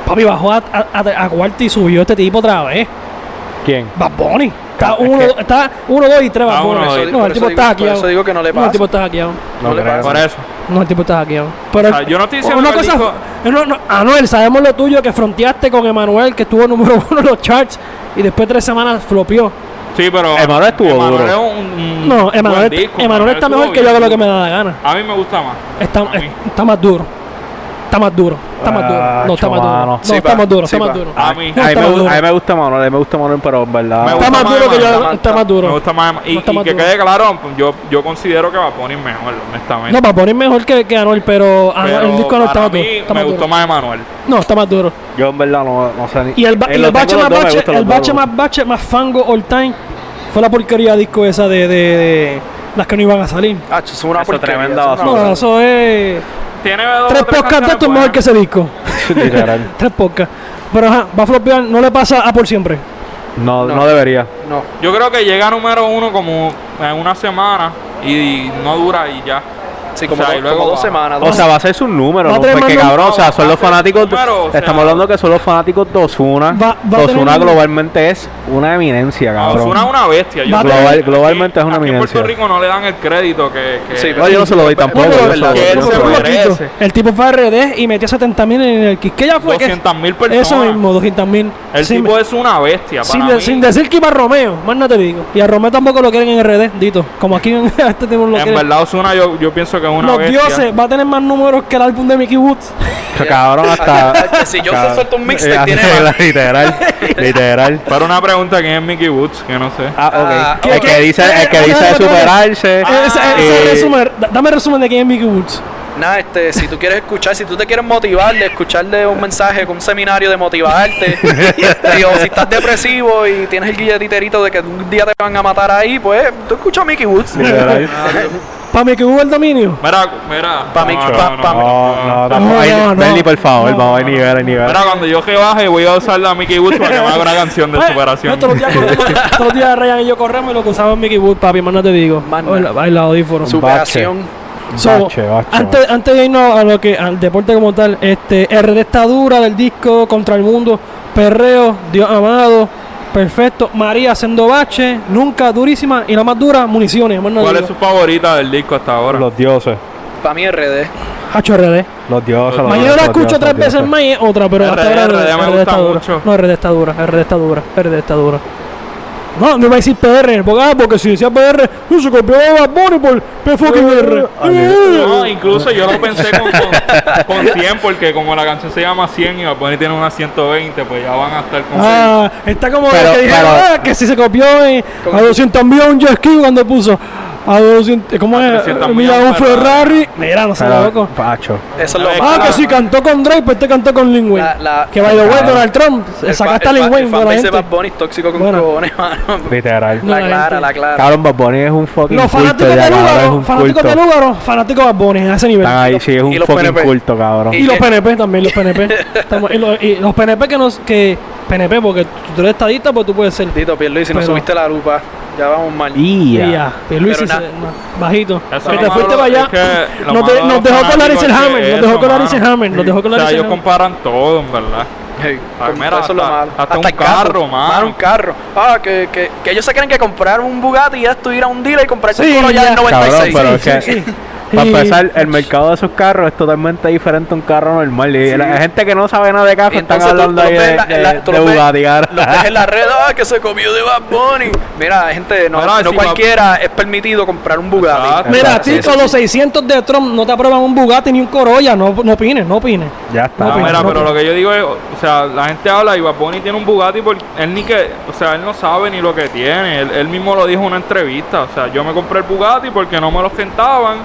Papi bajó a, a, a- a cuarto y subió este tipo otra vez. ¿Quién? Bad Bunny. Está Es uno, que- está uno, dos y tres Bad Ah, uno, Bunny. dos y- No, por el tipo eso está digo- aquí. por eso digo que no le No, el pasa. tipo está hackeado. No, No le creo. pasa. Por eso. No, el tipo está hackeado. Pero O sea, yo no estoy diciendo una que el cosa, disco- eh, no, no, Anuel, sabemos lo tuyo que fronteaste con Emanuel, que estuvo número uno en los charts y después de tres semanas flopió. Sí, pero. Emanuel estuvo Emanuel duro. es un- un No, Mm, buen Emanuel, disco, Emanuel está estuvo mejor que yo hago lo que bien me duro. da la gana. A mí me gusta más. Ah. Está, A mí. está más duro. Está más duro. Está más duro. Ah, No, está más duro. chumano. No, Sí, está pa, más duro. sí, Está más pa. duro. A mí. No, A mí, está me, más gu- duro. a mí me gusta Manuel, a mí me gusta Manuel, pero en verdad. Me Está gusta más más duro que Emanuel, yo. está Está más Me duro. gusta más. Ema- Y, No está y más que duro. quede claro, yo, yo considero que va a poner mejor, honestamente. No, para poner mejor que, que Anuel, pero, Anuel- Pero el disco de Anuel está para más mí duro. Está me más duro. gustó más Emanuel. No, está más duro. Yo en verdad no, no sé ni. Y el, ba- Eh, y el los bache tengo más los dos, me bache, gustan el los dos, bache los dos. más bache, más fango all time, fue la porquería disco esa de, de- de las que no iban a salir. Ah, eso es una Eso porquería, tremenda eso es basura. No, una- eso es. Tiene dos, Tres podcasts de canciones esto es mejor que buenas. ese disco. Literal. Tres podcasts. Pero ajá, va a flopear, no le pasa a por siempre. No, No. no debería. No. Yo creo que llega número uno como en una semana y no dura y ya. Sí, O como, sea, do- y luego como va. dos semanas. O dos- sea, va a ser su número, Va a ¿no? tener Porque más cabrón, números. o sea, son los Va a tener fanáticos. números, o sea, estamos hablando que son los fanáticos de Osuna. Va- va a Osuna tener- globalmente es una eminencia, cabrón. Ozuna es una bestia. Yo Va a creo Global- que aquí- globalmente es una aquí en eminencia. Puerto Rico no le dan el crédito que. que- Sí, No, yo no se lo doy tampoco. Oye, yo pero se lo doy, que yo él se se lo doy. merece. El tipo fue a RD y metió 70 mil en el Quisqueya fue. que- 200.000 personas. Eso mismo, 200 mil. El tipo es una bestia. Sin, para de- mí. sin decir que iba a Romeo, más no te digo. Y a Romeo tampoco lo quieren en RD, Dito. Como aquí en este tipo lo En quieren. verdad, Osuna yo, yo pienso que es una Los bestia. dioses va a tener más números que el álbum de Mickey Woods. Cabrón, hasta. Que si yo se suelto un mixtape, Eh, tiene literal, más. Literal, literal. Pero una pregunta: ¿quién es Mickey Woods? Que no sé. Ah, Ah, ok. El ok. que dice, el que Eh, dice eh, de superarse. Ah, Eh, ese- ese eh, resumen, da- dame resumen de quién es Mickey Woods. Nada, este, si tú quieres escuchar, si tú te quieres motivar, de escucharle un mensaje con un seminario de motivarte, y, o si estás depresivo y tienes el guilletiterito de que un día te van a matar ahí, pues tú escuchas a Mickey Woods. Literal. Para Mickey Woods el dominio. Mira, mira. Pa' mí, pa- No, pa' mí. no, tampoco. No, Hay- no, no. Benny, por favor, No. vamos, hay nivel, hay nivel. Mira, cuando yo que baje, voy a usar la Mickey Woods para que me haga una canción de Eh, superación. no, todos los días corremos- todos los días Ryan y yo corremos y lo que usamos es Mickey Woods, papi, más no te digo. Más O el- el audífono. Superación. So, Bache, bache, antes, antes de irnos a lo que, al deporte como tal, este, RD está dura del disco contra el mundo, perreo, Dios amado, perfecto, María haciendo bache, nunca durísima y la más dura, municiones, más no ¿Cuál es digo. su favorita del disco hasta ahora? Los dioses. Para mí RD. Hacho RD. Los dioses. los Mañana dioses, la los escucho dioses, tres los dioses. veces más y es otra, pero RD, hasta ahora RD me está gusta dura. mucho. No, RD está dura, RD está dura, RD está dura. No, no iba a decir PR, porque, ah, porque si decía PR, no se copió a Bad Bunny por P fucking Eh, R. Eh, No, incluso yo lo pensé con, con, con 100, porque como la canción se llama 100 y Bad Bunny tiene una 120, pues ya van a estar con Ah, está como Pero- el que dijeron pero- ah, que si se copió eh, a 200 mil un jet ski cuando puso a 200, ¿cómo A es? 300 mil Mira, a un un Ferrari. Mira, no se Pero, loco. Pacho. Eso es lo Ah, Ah, malo. que si cantó con Drake, pues este cantó con Lin Wayne. La- la- Que by the way, Claro. Donald Trump El le saca fa- hasta el Lin fa- Wayne. El por la fanbase de gente. Bad Bunny es tóxico con Bueno. cojones, mano. Literal. No, La la clara, gente. la clara. Cabrón, Bad Bunny es un fucking Los culto. fanáticos de ya, cabrón, es Lúgaro, un fanáticos culto. de Lúgaro, fanáticos de Bad Bunny a ese nivel. Están ahí, sí, es un Y los fucking PNP. culto, cabrón. Y los PNP también, los PNP. Estamos- y, los, y los PNP que nos. Que, PNP, porque tú eres estadista, pues tú puedes ser. Tito Pierluisi, si no Pero- subiste la lupa, ya vamos mal. Y Y ya. Pierluisi Pero se- na- no, bajito. Eso que lo te malo fuiste para es allá. que lo Nos, de- malo de nos los dejó con fanáticos Larry es que Hammer. Nos dejó eso, con Larry mano. Hammer. Nos dejó con O sea, Larry ellos Hammer. comparan todo, en verdad. Hey, Ah, con- mira, eso es lo hasta- malo. hasta un el carro, mano. un carro. Ah, que, que, que ellos se creen que comprar un Bugatti ya es ir a un dealer y comprar Sí, un ya ya. en 96. Cabrón, Sí, pero sí, que- sí. Para Y- eh, empezar, el mercado de esos carros es totalmente diferente a un carro normal. Y la gente que no sabe nada de carros Y están entonces tú- hablando tú ahí los de, ves en la- de- en la- tú de los ves- Bugatti, cabrón. Los dejé en la red, ah, que se comió de Bad Bunny. Mira, gente, no, Mira, no si cualquiera es permitido comprar un Bugatti. Exacto. Mira, a Exacto, ti sí, con los 600 de Trump no te aprueban un Bugatti ni un Corolla. No, no opines, no opines. Ya está. No, Ah, mira, no, pero pues. no. lo que yo digo es, o sea, la gente habla y Bad Bunny tiene un Bugatti porque él ni que, o sea, él no sabe ni lo que tiene. Él, él mismo lo dijo en una entrevista. O sea, yo me compré el Bugatti porque no me lo rentaban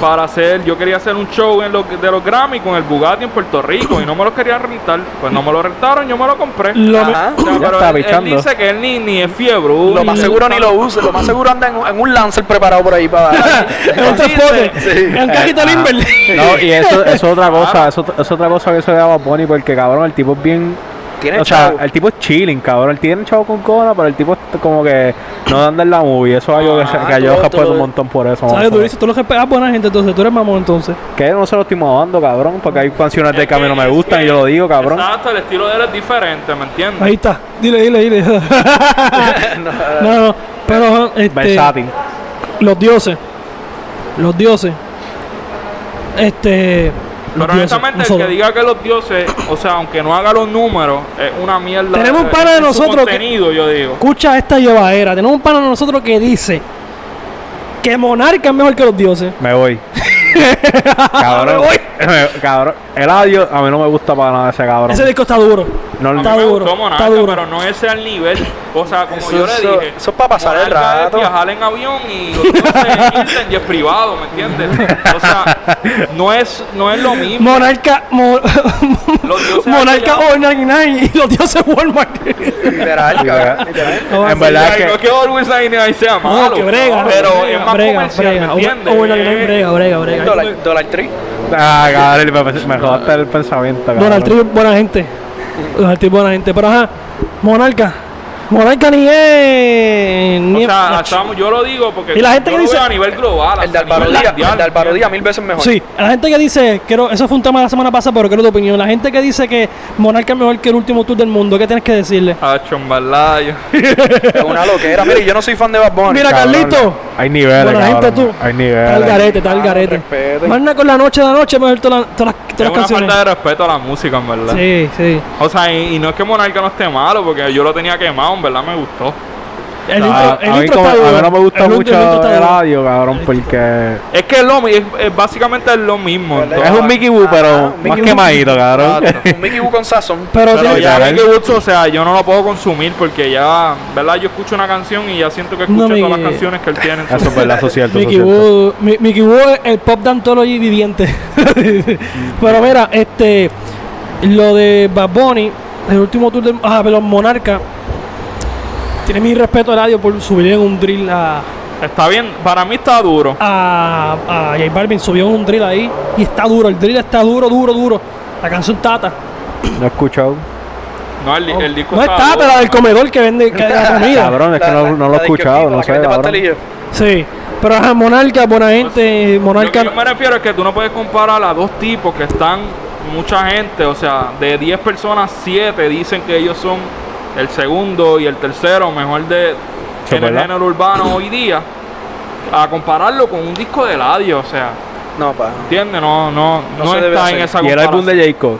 para hacer, yo quería hacer un show en los, de los Grammy con el Bugatti en Puerto Rico y no me lo querían rentar. Pues no me lo rentaron, yo me lo compré. Lo me- Ajá. O sea, Ya pero está él- él, bichando. dice que él ni, ni es fiebre. Lo más seguro ni lo usa, lo más seguro anda en, un- en un Lancer preparado por ahí para dar. En un transporte. Sí. En cajita Ajá. Limber. No, y eso eso es otra cosa, eso es otra cosa que se le da a Bonnie porque cabrón, el tipo es bien. Tiene o sea, chavo. el tipo es chilling, cabrón. El tiene chavo con cola, pero el tipo es como que no anda en la movie. Eso es algo que se Ah, cayó tú- después tú- un montón por eso. ¿Sabes? vamos a Tú ver. dices, tú lo que pegas buena gente, entonces tú eres mamón, entonces. Que no se lo estoy modando, cabrón, porque hay canciones de que a mí no me gustan y yo lo digo, cabrón. Exacto, el estilo de él es diferente, ¿me entiendes? Ahí está. Dile, dile, dile. no, no. Pero, este, Versátil. los dioses. Los dioses. Este. los Pero dioses, honestamente, el nosotros. que diga que los dioses, o sea, aunque no haga los números, es una mierda. Tenemos un eh, pana de es su nosotros que- contenido, yo digo. Escucha esta llevadera. Tenemos un pana de nosotros que dice que Monarca es mejor que los dioses. Me voy. cabrón, Me voy. me- cabrón. El audio a mí no me gusta para nada ese cabrón. Ese disco está duro. No- A mí Está me duro, gustó Monarca, está duro. pero no ese al nivel. O sea, como Eso- yo le eso- dije. eso es pa' pasar el Monarca es rato. viajar en avión y los dioses existen y es privado, ¿me entiendes? O sea, no es, no es lo mismo. Monarca. Mo- Los dioses Monarca allá- o 99 y los dioses Walmart. Literal, cabrón, literal. en verdad Ay, que. No es que Always 99 sea "Ah, malo. No, que brega. no, pero brega, es más brega, comercial, brega. ¿me O- entiendes? o 99 brega, brega, brega. Dollar, Dollar Tree. Ah, cabrón, me, me jodaste el pensamiento, cabrón. Donald Trump buena gente. Donald Trump buena gente. Pero ajá, Monarca. Monarca ni es. O Ni es- sea, estamos- yo lo digo porque Y la gente yo lo que dice- veo a nivel global, El de hasta a nivel Alvaro Díaz, mundial, el de Alvaro ¿me Díaz entiendes? mil veces mejor. sí, la gente que dice, quiero, eso fue un tema de la semana pasada, pero quiero tu opinión. La gente que dice que Monarca es mejor que el último tour del mundo, ¿qué tienes que decirle? Ah, chombalá, yo- Es una loquera. Mira, y yo no soy fan de Bad Bunny. Mira, Cabrón, Carlito. Hay niveles, Buena gente cabrón. tú. Hay Está el niveles. garete, está el Ah, garete. respeten. Más nada con la noche de la noche, mejor todas las- todas las, Es todas las una canciones. falta de respeto a la música, en verdad. Sí, sí. O sea, y, y no es que Monarca no esté malo, porque yo lo tenía quemado, en verdad me gustó. El Ah, intro, el a, mí intro como- está a duro. mí no me gusta El mucho intro- el intro está el duro. audio, cabrón, porque Es que es lo mi- es, es básicamente es lo mismo. en es todas un las- Mickey Boo, pero Ajá, un más Ah, Mickey quemadito, cabrón. Exacto. Un Mickey Boo con Sazón. Pero, Pero tiene- ya Literal. Mickey Woods, o sea, yo no lo puedo consumir porque ya, ¿verdad? Yo escucho una canción y ya siento que escucho No me- todas las canciones que él tiene. en su- Eso es verdad, eso es cierto, eso es Mickey cierto. Wood, Mi- Mickey Wood es el pop de Anthology viviente. Pero mira, este lo de Bad Bunny, el último tour de ah, pero Monarca tiene mi respeto a Radio por subir en un drill a Está bien, para mí está duro. a, a J Balvin subió en un drill ahí y está duro, el drill está duro, duro, duro. La canción Tata. No he escuchado. No, el, el disco no es está Tata, duro. la del comedor que vende que la comida. Cabrón, es que La- no, la- no lo la he de Kiosquito, escuchado, la no que sé, vende cabrón. pastelillos. Sí. Pero ajá, Monarca, buena gente, Lo que Monarca. yo me refiero es que tú no puedes comparar a dos tipos que están mucha gente, o sea, de 10 personas, 7 dicen que ellos son el segundo y el tercero mejor de Sí, en el ¿verdad? género urbano hoy día, a compararlo con un disco de ladio, o sea, No, pa. ¿entiendes? No, no, No no, se debe está en esa hacer. Y el álbum comparación. de Jacob. No,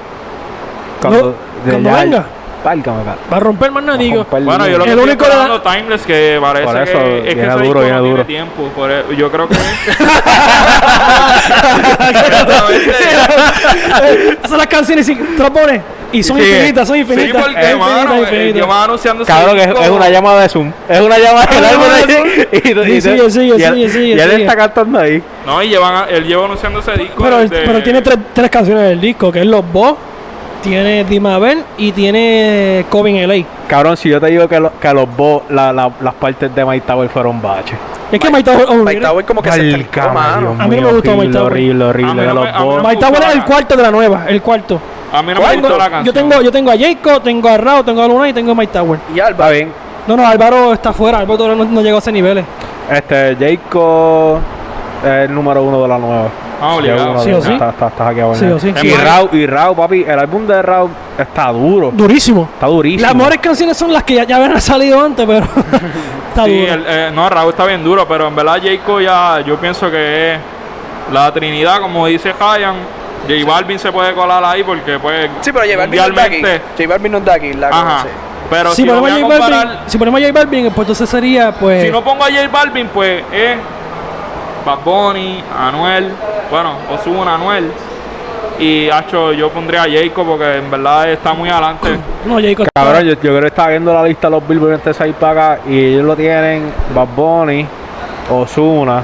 Cuando, de cuando ya- venga. aplastar, cabrón. Va Va a romper más a nadigo. romper Bueno, yo lo que El estoy único le da- esperando Timeless que parece Por eso, que es que viene ese disco duro, viene no tiene duro. tiempo. por e- yo creo que Son las canciones sin trapones. Y son Sí. infinitas, son Sí, infinitas. porque, infinitas, mano, infinitas. eh, yo me anunciando ese Cabrón, que es, disco- es una llamada de Zoom. Es una llamada Es del una álbum llamada de ahí. Y, tú- Sí, sigue, y tú- sigue, y él- sigue, sigue, y él sigue. está cantando ahí. No, y llevan, a- él lleva anunciando ese disco. Pero, él- desde- pero tiene tres, tres canciones del disco, que es Los Boss, tiene Dimabel y tiene Cobin LA. Cabrón, si yo te digo que, lo- que los bo, la- la- las partes de My Tower fueron bache. Es que My Tower, oh, Mike mira, Tower como que se Mal, trincó, mano. Dios A mí no me mío, gustó horrible, My Tower. Horrible, horrible. A mí no me- los a mí no bo- me- My Tower es el cuarto de la nueva, el cuarto. A mí no me Tengo- gustó la canción. yo tengo, yo tengo a Jacob, tengo a Rao, tengo a Luna y tengo a My Tower. Y Alba. Está bien. No, no, Álvaro está fuera, Álvaro todavía no, no llegó a ese niveles. Este, Jacob es el número uno de la nueva. Ah, obligado. Seguro, Sí o sí. Estás está, está aquí abajo. Sí o sí. Y Es Rao, y Rao, papi, el álbum de Rao está duro. Durísimo. Está durísimo. Las mejores canciones son las que ya, ya habían salido antes, pero está Sí, duro. el- eh, no, Raúl está bien duro, pero en verdad Jayco ya, yo pienso que es la Trinidad, como dice Hayan. J Balvin se puede colar ahí porque pues Sí, pero J Balvin no está aquí. mundialmente- J Balvin no está aquí. La Ajá. conoce. Pero si, si, lo voy ponemos a a J comparar, Balvin, si ponemos a J Balvin, pues entonces sería Eh. pues si no pongo a J Balvin, pues es Bad Bunny, Anuel, bueno, Ozuna, Anuel. Y Hacho, yo pondría a Jayco porque en verdad está muy adelante. no Jacob. Cabrón, yo, yo creo que estaba viendo la lista de los Billboard antes de ir para acá y ellos lo tienen Bad Bunny, Ozuna,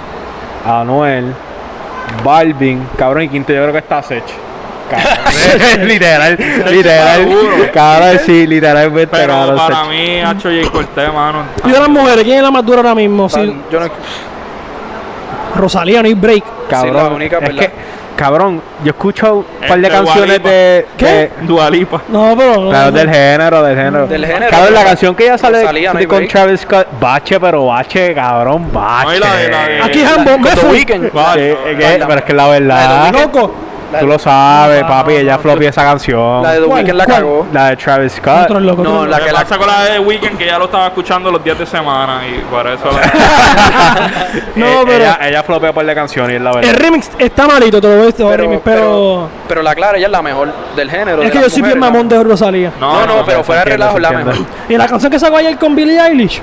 Anuel, Balvin, cabrón, y quinto yo creo que está Sech. Cabrón, literal, literal, seguro. cabrón, sí, literalmente, pero cabrón, para Sech. mí, Hacho Jayco el tema, mano. y de las mujeres, ¿quién es la más dura ahora mismo? Tan- Sí, yo no, Rosalía, no hay break. Cabrón, la única, es ¿verdad? que, cabrón, yo escucho un par de Este, Dua canciones Lipa. de, ¿Qué? de- Eh, Dualipa. No, pero no, Claro, no. del género, del género. Del género, Cabrón, la pero- canción que ya sale no salía, no hay con break. Travis Scott, bache, pero bache, cabrón, bache. No, y la de- la de- Aquí eh, Hambo, con The Method, Weeknd. Va, Sí, no, es no, Eh, que- la- pero es que la la verdad, de loco. tú lo sabes, No, papi, no, ella no, flopió esa canción. La de The ¿Cuál? Weeknd la ¿Cuál? cagó. La de Travis Scott. Otro loco. No, otro loco. la Lo que que pasa con la de Weekend que ya lo estaba escuchando los días de semana y por eso la- No, Eh, pero- Ella, ella flopió un par de canciones, es la El verdad. remix está malito, te lo voy a decir, el Pero, remix, pero, pero, pero la clara, ella es la mejor del género. de es que las yo soy bien mujeres, mamón ¿no? de Rosalía. No, no, pero se fuera de entiende, relajo, se la entiende. mejor. Y la canción que sacó ayer con Billie Eilish.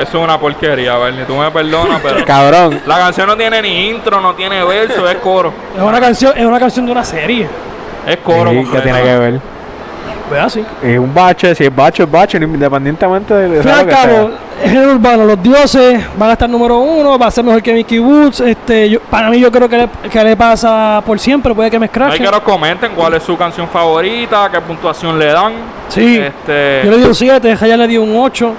es una porquería, Bernie. Tú me perdonas, pero Cabrón. la canción no tiene ni intro, no tiene verso, es coro. Es una canción, es una canción de una serie. Es coro. Sí, ¿Qué completo. tiene que ver? Pues así. Es un bache, si es bache, es bache, independientemente de de Fin lo al que cabo, sea. género urbano, los dioses van a estar número uno, va a ser mejor que Mickey Woods. Este, yo- para mí yo creo que le, que le pasa por siempre, puede que me Hay escrachen. que nos comenten cuál es su canción favorita, qué puntuación le dan. Sí. Este, Yo le di un 7, Jaya le dio un 8,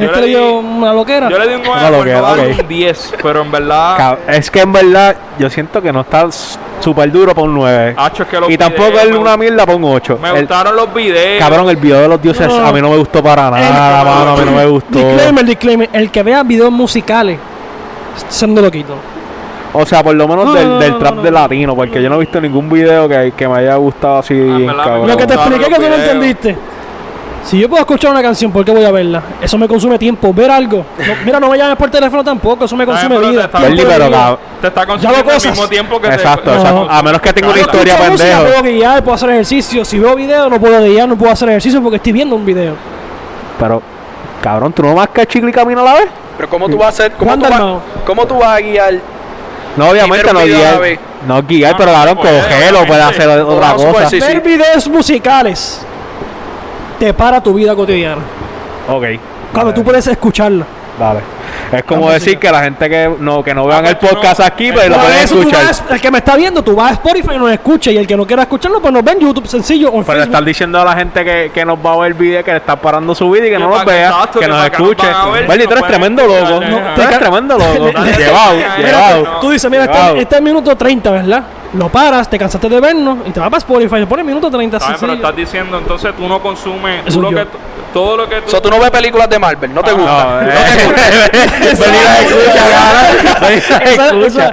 Yo este le le di- dio una loquera. yo le di un 9 Una por loquera, no darle ok. un 10, pero en verdad, Cab- Es que en verdad, yo siento que no está s- súper duro para un 9. Ah, Hacho, es que los Y eh, tampoco videos es me- una mierda para un 8. me gustaron los videos. Cabrón, el video de los dioses No. a mí no me gustó para nada, El- Ah, mano, a mí no me gustó. Disclaimer, disclaimer, el que vea videos musicales, siendo loquito. O sea, por lo menos No, del, no, del no, trap no, de no. latino, porque yo no he visto ningún video que, que me haya gustado así bien Ah, verdad, cabrón. me Lo que te gustaron expliqué que los tú no videos. entendiste. Si yo puedo escuchar una canción, ¿por qué voy a verla? Eso me consume tiempo. Ver algo. No, mira, no me llames por teléfono tampoco. Eso me Está bien, consume pero te vida. está- tiempo Bernie, de pero vida. cab- Te está consumiendo al cosas. mismo tiempo que te- Exacto, No. exacto. A menos que tenga una Claro, Yo historia, escucho música, pendejo. puedo guiar, puedo hacer ejercicio. Si veo video, no puedo guiar, no puedo hacer ejercicio porque estoy viendo un video. Pero, cabrón, ¿tú no mascas chicle y camino a la vez? Pero ¿cómo tú vas a hacer? ¿Cómo, tú Wanda vas, no. ¿cómo tú vas a guiar? No, obviamente Primero no video a la guiar. vez. No guiar, No, pero no, cabrón, puede, cogerlo, Ah, puede pues, obviamente. hacer otra vamos a cosa. suponer, Sí, Ver sí. videos musicales te para tu vida cotidiana. Ok. Cuando Dale, tú puedes escucharla. Dale. Es como Vamos, decir señor. que la gente que no, que no vean pues el tú no- podcast aquí, pero lo Pero pueden eso tú escuchar. vas- el que me está viendo, tú vas a Spotify y nos escucha. Y el que no quiera escucharlo, pues nos ve en YouTube sencillo. O en Pero Facebook. estar diciendo a la gente que, que nos va a ver el video, que le está parando su vida y que Que no nos para- vea, exacto, que que nos para que nos escuche. van a ver, Bernie, no tú eres pueden tremendo escuchar, loco. no, Tú eres te- tremendo loco. Dale, Llevado, dale, Mira, Wow. tú- llevado. tú dices, mira, Wow. este, este es minuto 30, ¿verdad? Lo paras, te cansaste de vernos y te vas para Spotify, te pones minuto 30, Está bien, pero sencillo. estás diciendo, entonces tú no consumes tú Eso lo yo. que t- todo lo que tú... O sea, tú no ves películas de Marvel, no te Ah, gusta. No, eh, Bernie la escucha, cabrón. Bernie la Esa, esa- escucha.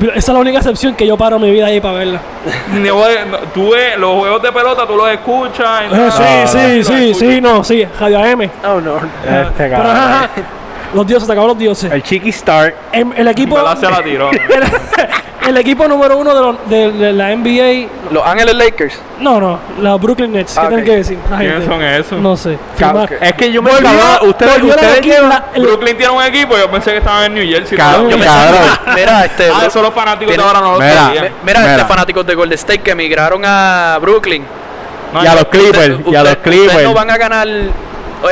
pero esa es la única excepción que yo paro mi vida ahí para verla. Ni voy- no, tú ves los juegos de pelota, tú los escuchas. Eh, entras- sí, sí, los sí, escuchas. sí, no, sí, Radio AM. No, no. Este Pero, ajá, cabrón. ajá, los dioses, se acabaron los dioses. El Chiqui Star. El, el equipo. En verdad se la tiró. El, el equipo número uno de, lo- de- de la NBA. Los Ángeles Lakers. No, no, los Brooklyn Nets. ¿Qué Ah, tienen ok. que decir? La ¿Quiénes gente. son esos? No sé. Firmar. Cabrón, Pues Es que yo me Volvió- estaba. Ustedes, volvió la ustedes esquina, llevan- la- el- Brooklyn tiene un equipo, pues yo pensé que estaban en New Jersey. Cabrón, Yo pensé- cabrón. Mira, este. Ah, Bru- esos los fanáticos de Tiene- ahora no los Mira. sabían. mi- mira, Mira. este fanáticos de Golden State que emigraron a Brooklyn. No, Y a los Clippers. Usted- Y a los usted- ustedes Clippers. no van a ganar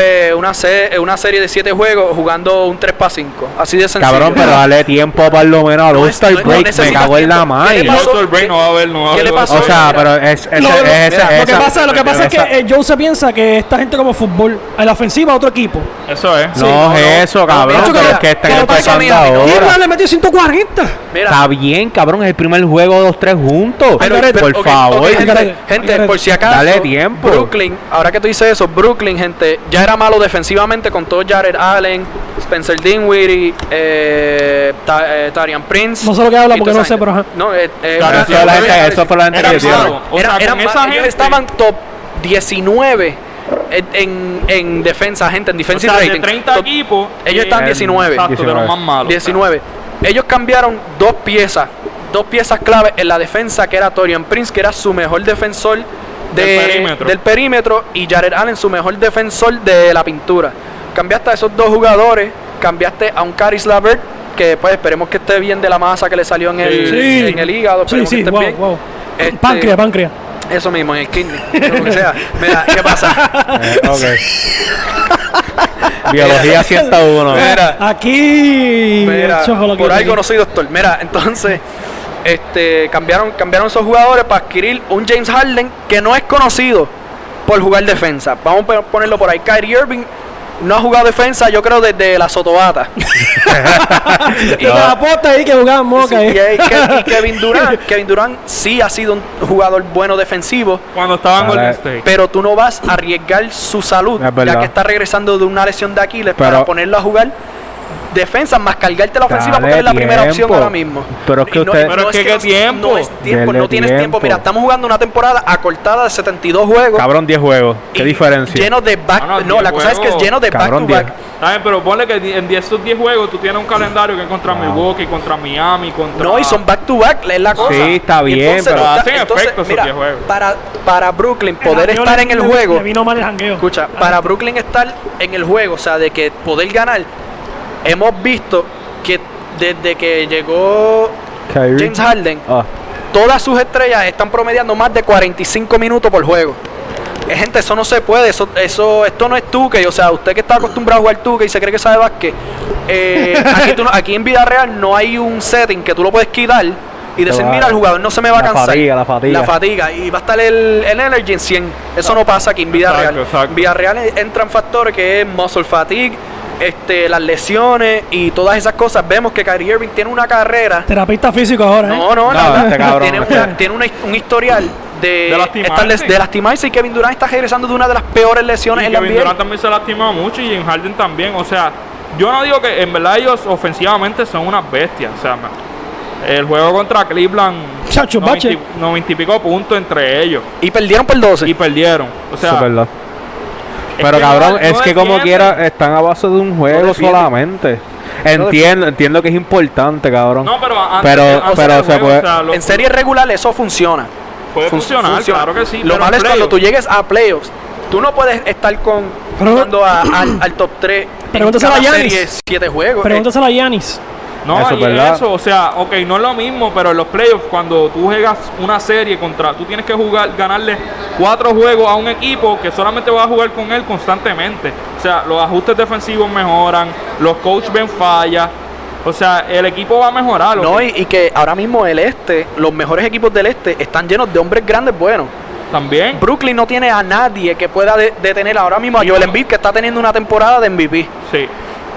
eh, una, se- eh, una serie de 7 juegos jugando un 3 para 5. Así de sencillo. Cabrón, pero dale tiempo por lo menos al No, All-Star no, no Break. Me necesitas cago en la tiempo. ¿Qué madre. le el pasó? All-Star break no va a haber, no va a ¿Qué haber. le pasó? O sea, Mira, pero es. Lo, ese- lo- ese- mira, lo que esa- pasa, lo que pasa es que esa- eh, Joe se piensa que esta gente como fútbol, a la ofensiva otro equipo. Eso es. Sí, no, No no. es eso, cabrón. Mira, Pero es mira, que están pero pasa empezando que Miami- ¿Quién más ahora. le metió 140? Mira, Está bien, cabrón. Es el primer juego de los tres juntos. Pero- pero- Por ok, favor. ok, gente, Garete, gente, Garete. por si acaso. Dale tiempo. Brooklyn, ahora que tú dices eso, Brooklyn, gente, ya era malo defensivamente con todo Jared Allen, Spencer Dinwiddie, eh, Ta- eh, Tarian Prince. No sé lo que habla y porque no toda esa sé, gente. pero ajá. No, eh, eh, Claro, era- Eso es la gente- eso fue la gente Era que malo. dio. O sea, era- era con esa más- ellos gente- estaban top 19 en, en, en defensa, gente, en O defensive sea, de rating. 30 Top equipos. ellos están eh, 19. Exacto, de los más malos. 19. Ellos cambiaron dos piezas, dos piezas clave en la defensa que era Torian Prince, que era su mejor defensor de- Del perímetro. del perímetro, y Jared Allen, su mejor defensor de la pintura. Cambiaste a esos dos jugadores, cambiaste a un Caris Lavert, que pues esperemos que esté bien de la masa que le salió en el, Sí. en el hígado. Sí, esperemos que sí, esté wow, bien. wow. Este- Páncreas, páncreas. Eso mismo, en el kidney, lo que sea. Mira, ¿qué pasa? Eh, ok. Biología 101. Mira. Aquí. Mira, chojo, lo que por yo algo digo. no soy doctor. Mira, entonces, este, cambiaron, cambiaron esos jugadores para adquirir un James Harden que no es conocido por jugar defensa. Vamos a ponerlo por ahí. Kyrie Irving no ha jugado defensa, yo creo, desde la Sotobata. Y la aposta ahí que jugaba moca. y, eh. eh, Ke- y Kevin Durant, Kevin Durant sí ha sido un jugador bueno defensivo, Cuando estaba en Ahora- Golden State. pero tú no vas a arriesgar su salud, Es verdad. ya que está regresando de una lesión de Aquiles para Pero- ponerlo a jugar defensa más cargarte la ofensiva Dale porque es la primera opción tiempo. ahora mismo. Pero es que Y usted- Pero es que ¿qué no- tiempo? No es tiempo, Dele no tienes tiempo. tiempo. Mira, estamos jugando una temporada acortada de 72 juegos. Cabrón, 10 juegos. ¿Qué y diferencia? Lleno de back. No, no, No, diez la cosa es que es juegos. lleno de back Cabrón, to back. diez. ¿Sabes? Pero ponle que di- en 10 esos 10 juegos tú tienes un calendario que es contra Milwaukee, contra Miami, contra. No, y son back to back, es la cosa. está bien, Entonces, pero está- hacen entonces, efecto esos mira, diez juegos. Para, para Brooklyn poder Jangueo estar le- en el le- juego, Le vino mal el jangueo. escucha, para Brooklyn estar en el juego, o sea, de que poder ganar, hemos visto que desde que llegó Kyrie. James Harden, Ah, Todas sus estrellas están promediando más de 45 minutos por juego. Eh, Gente, eso no se puede, eso, eso, esto no es tuque, o sea, usted que está acostumbrado a jugar tuque y se cree que sabe básquet, eh, aquí, tú no- aquí en vida real no hay un setting que tú lo puedes quitar y decir, va- mira, el jugador no se me va a la cansar. fatiga, la fatiga. La fatiga, y va a estar el, el energy en 100. Eso no pasa aquí en vida Exacto, real. exacto. En vida real entran factores que es muscle fatigue, este, las lesiones y todas esas cosas. Vemos que Kyrie Irving tiene una carrera Terapista físico ahora. ¿eh? no, no, No, nada. este cabrón, tiene este. una- tiene una- un historial de, De lastimarse. estar les- de lastimarse y Kevin Durant está regresando de una de las peores lesiones Y en la Kevin Durant NBA. también se lastima mucho y James Harden también. O sea, yo no digo que en verdad ellos ofensivamente son unas bestias. O sea, me- el juego contra Cleveland. Chacho, 90 bache. 90 y pico puntos entre ellos. Y perdieron por 12. Y perdieron. O sea, eso es verdad. es Pero que cabrón, no- es no que como defienden. quiera eh, están a base de un juego defienden. solamente. Entiendo, entiendo que es importante, cabrón. No, pero antes, Pero- antes del pero se juego, puede- lo- en serie regular eso funciona. puede Fun- funcionar, funciona. claro que sí. pero Lo en malo es cuando playoffs- tú llegues a playoffs. Tú no puedes estar con Pero- jugando a- al, al top 3 Pregúntaselo a Giannis. 7 juegos. Eh, Pregúntaselo a Yanis. No, Eso es y verdad. eso, o sea, ok, no es lo mismo, pero en los playoffs, cuando tú juegas una serie contra, tú tienes que jugar, ganarle cuatro juegos a un equipo que solamente vas a jugar con él constantemente. O sea, los ajustes defensivos mejoran, los coaches ven fallas, o sea, el equipo va a mejorar. No, y, y que ahora mismo el este, los mejores equipos del este están llenos de hombres grandes buenos. también. Brooklyn no tiene a nadie que pueda de- detener ahora mismo a Joel Embiid que está teniendo una temporada de MVP. Sí.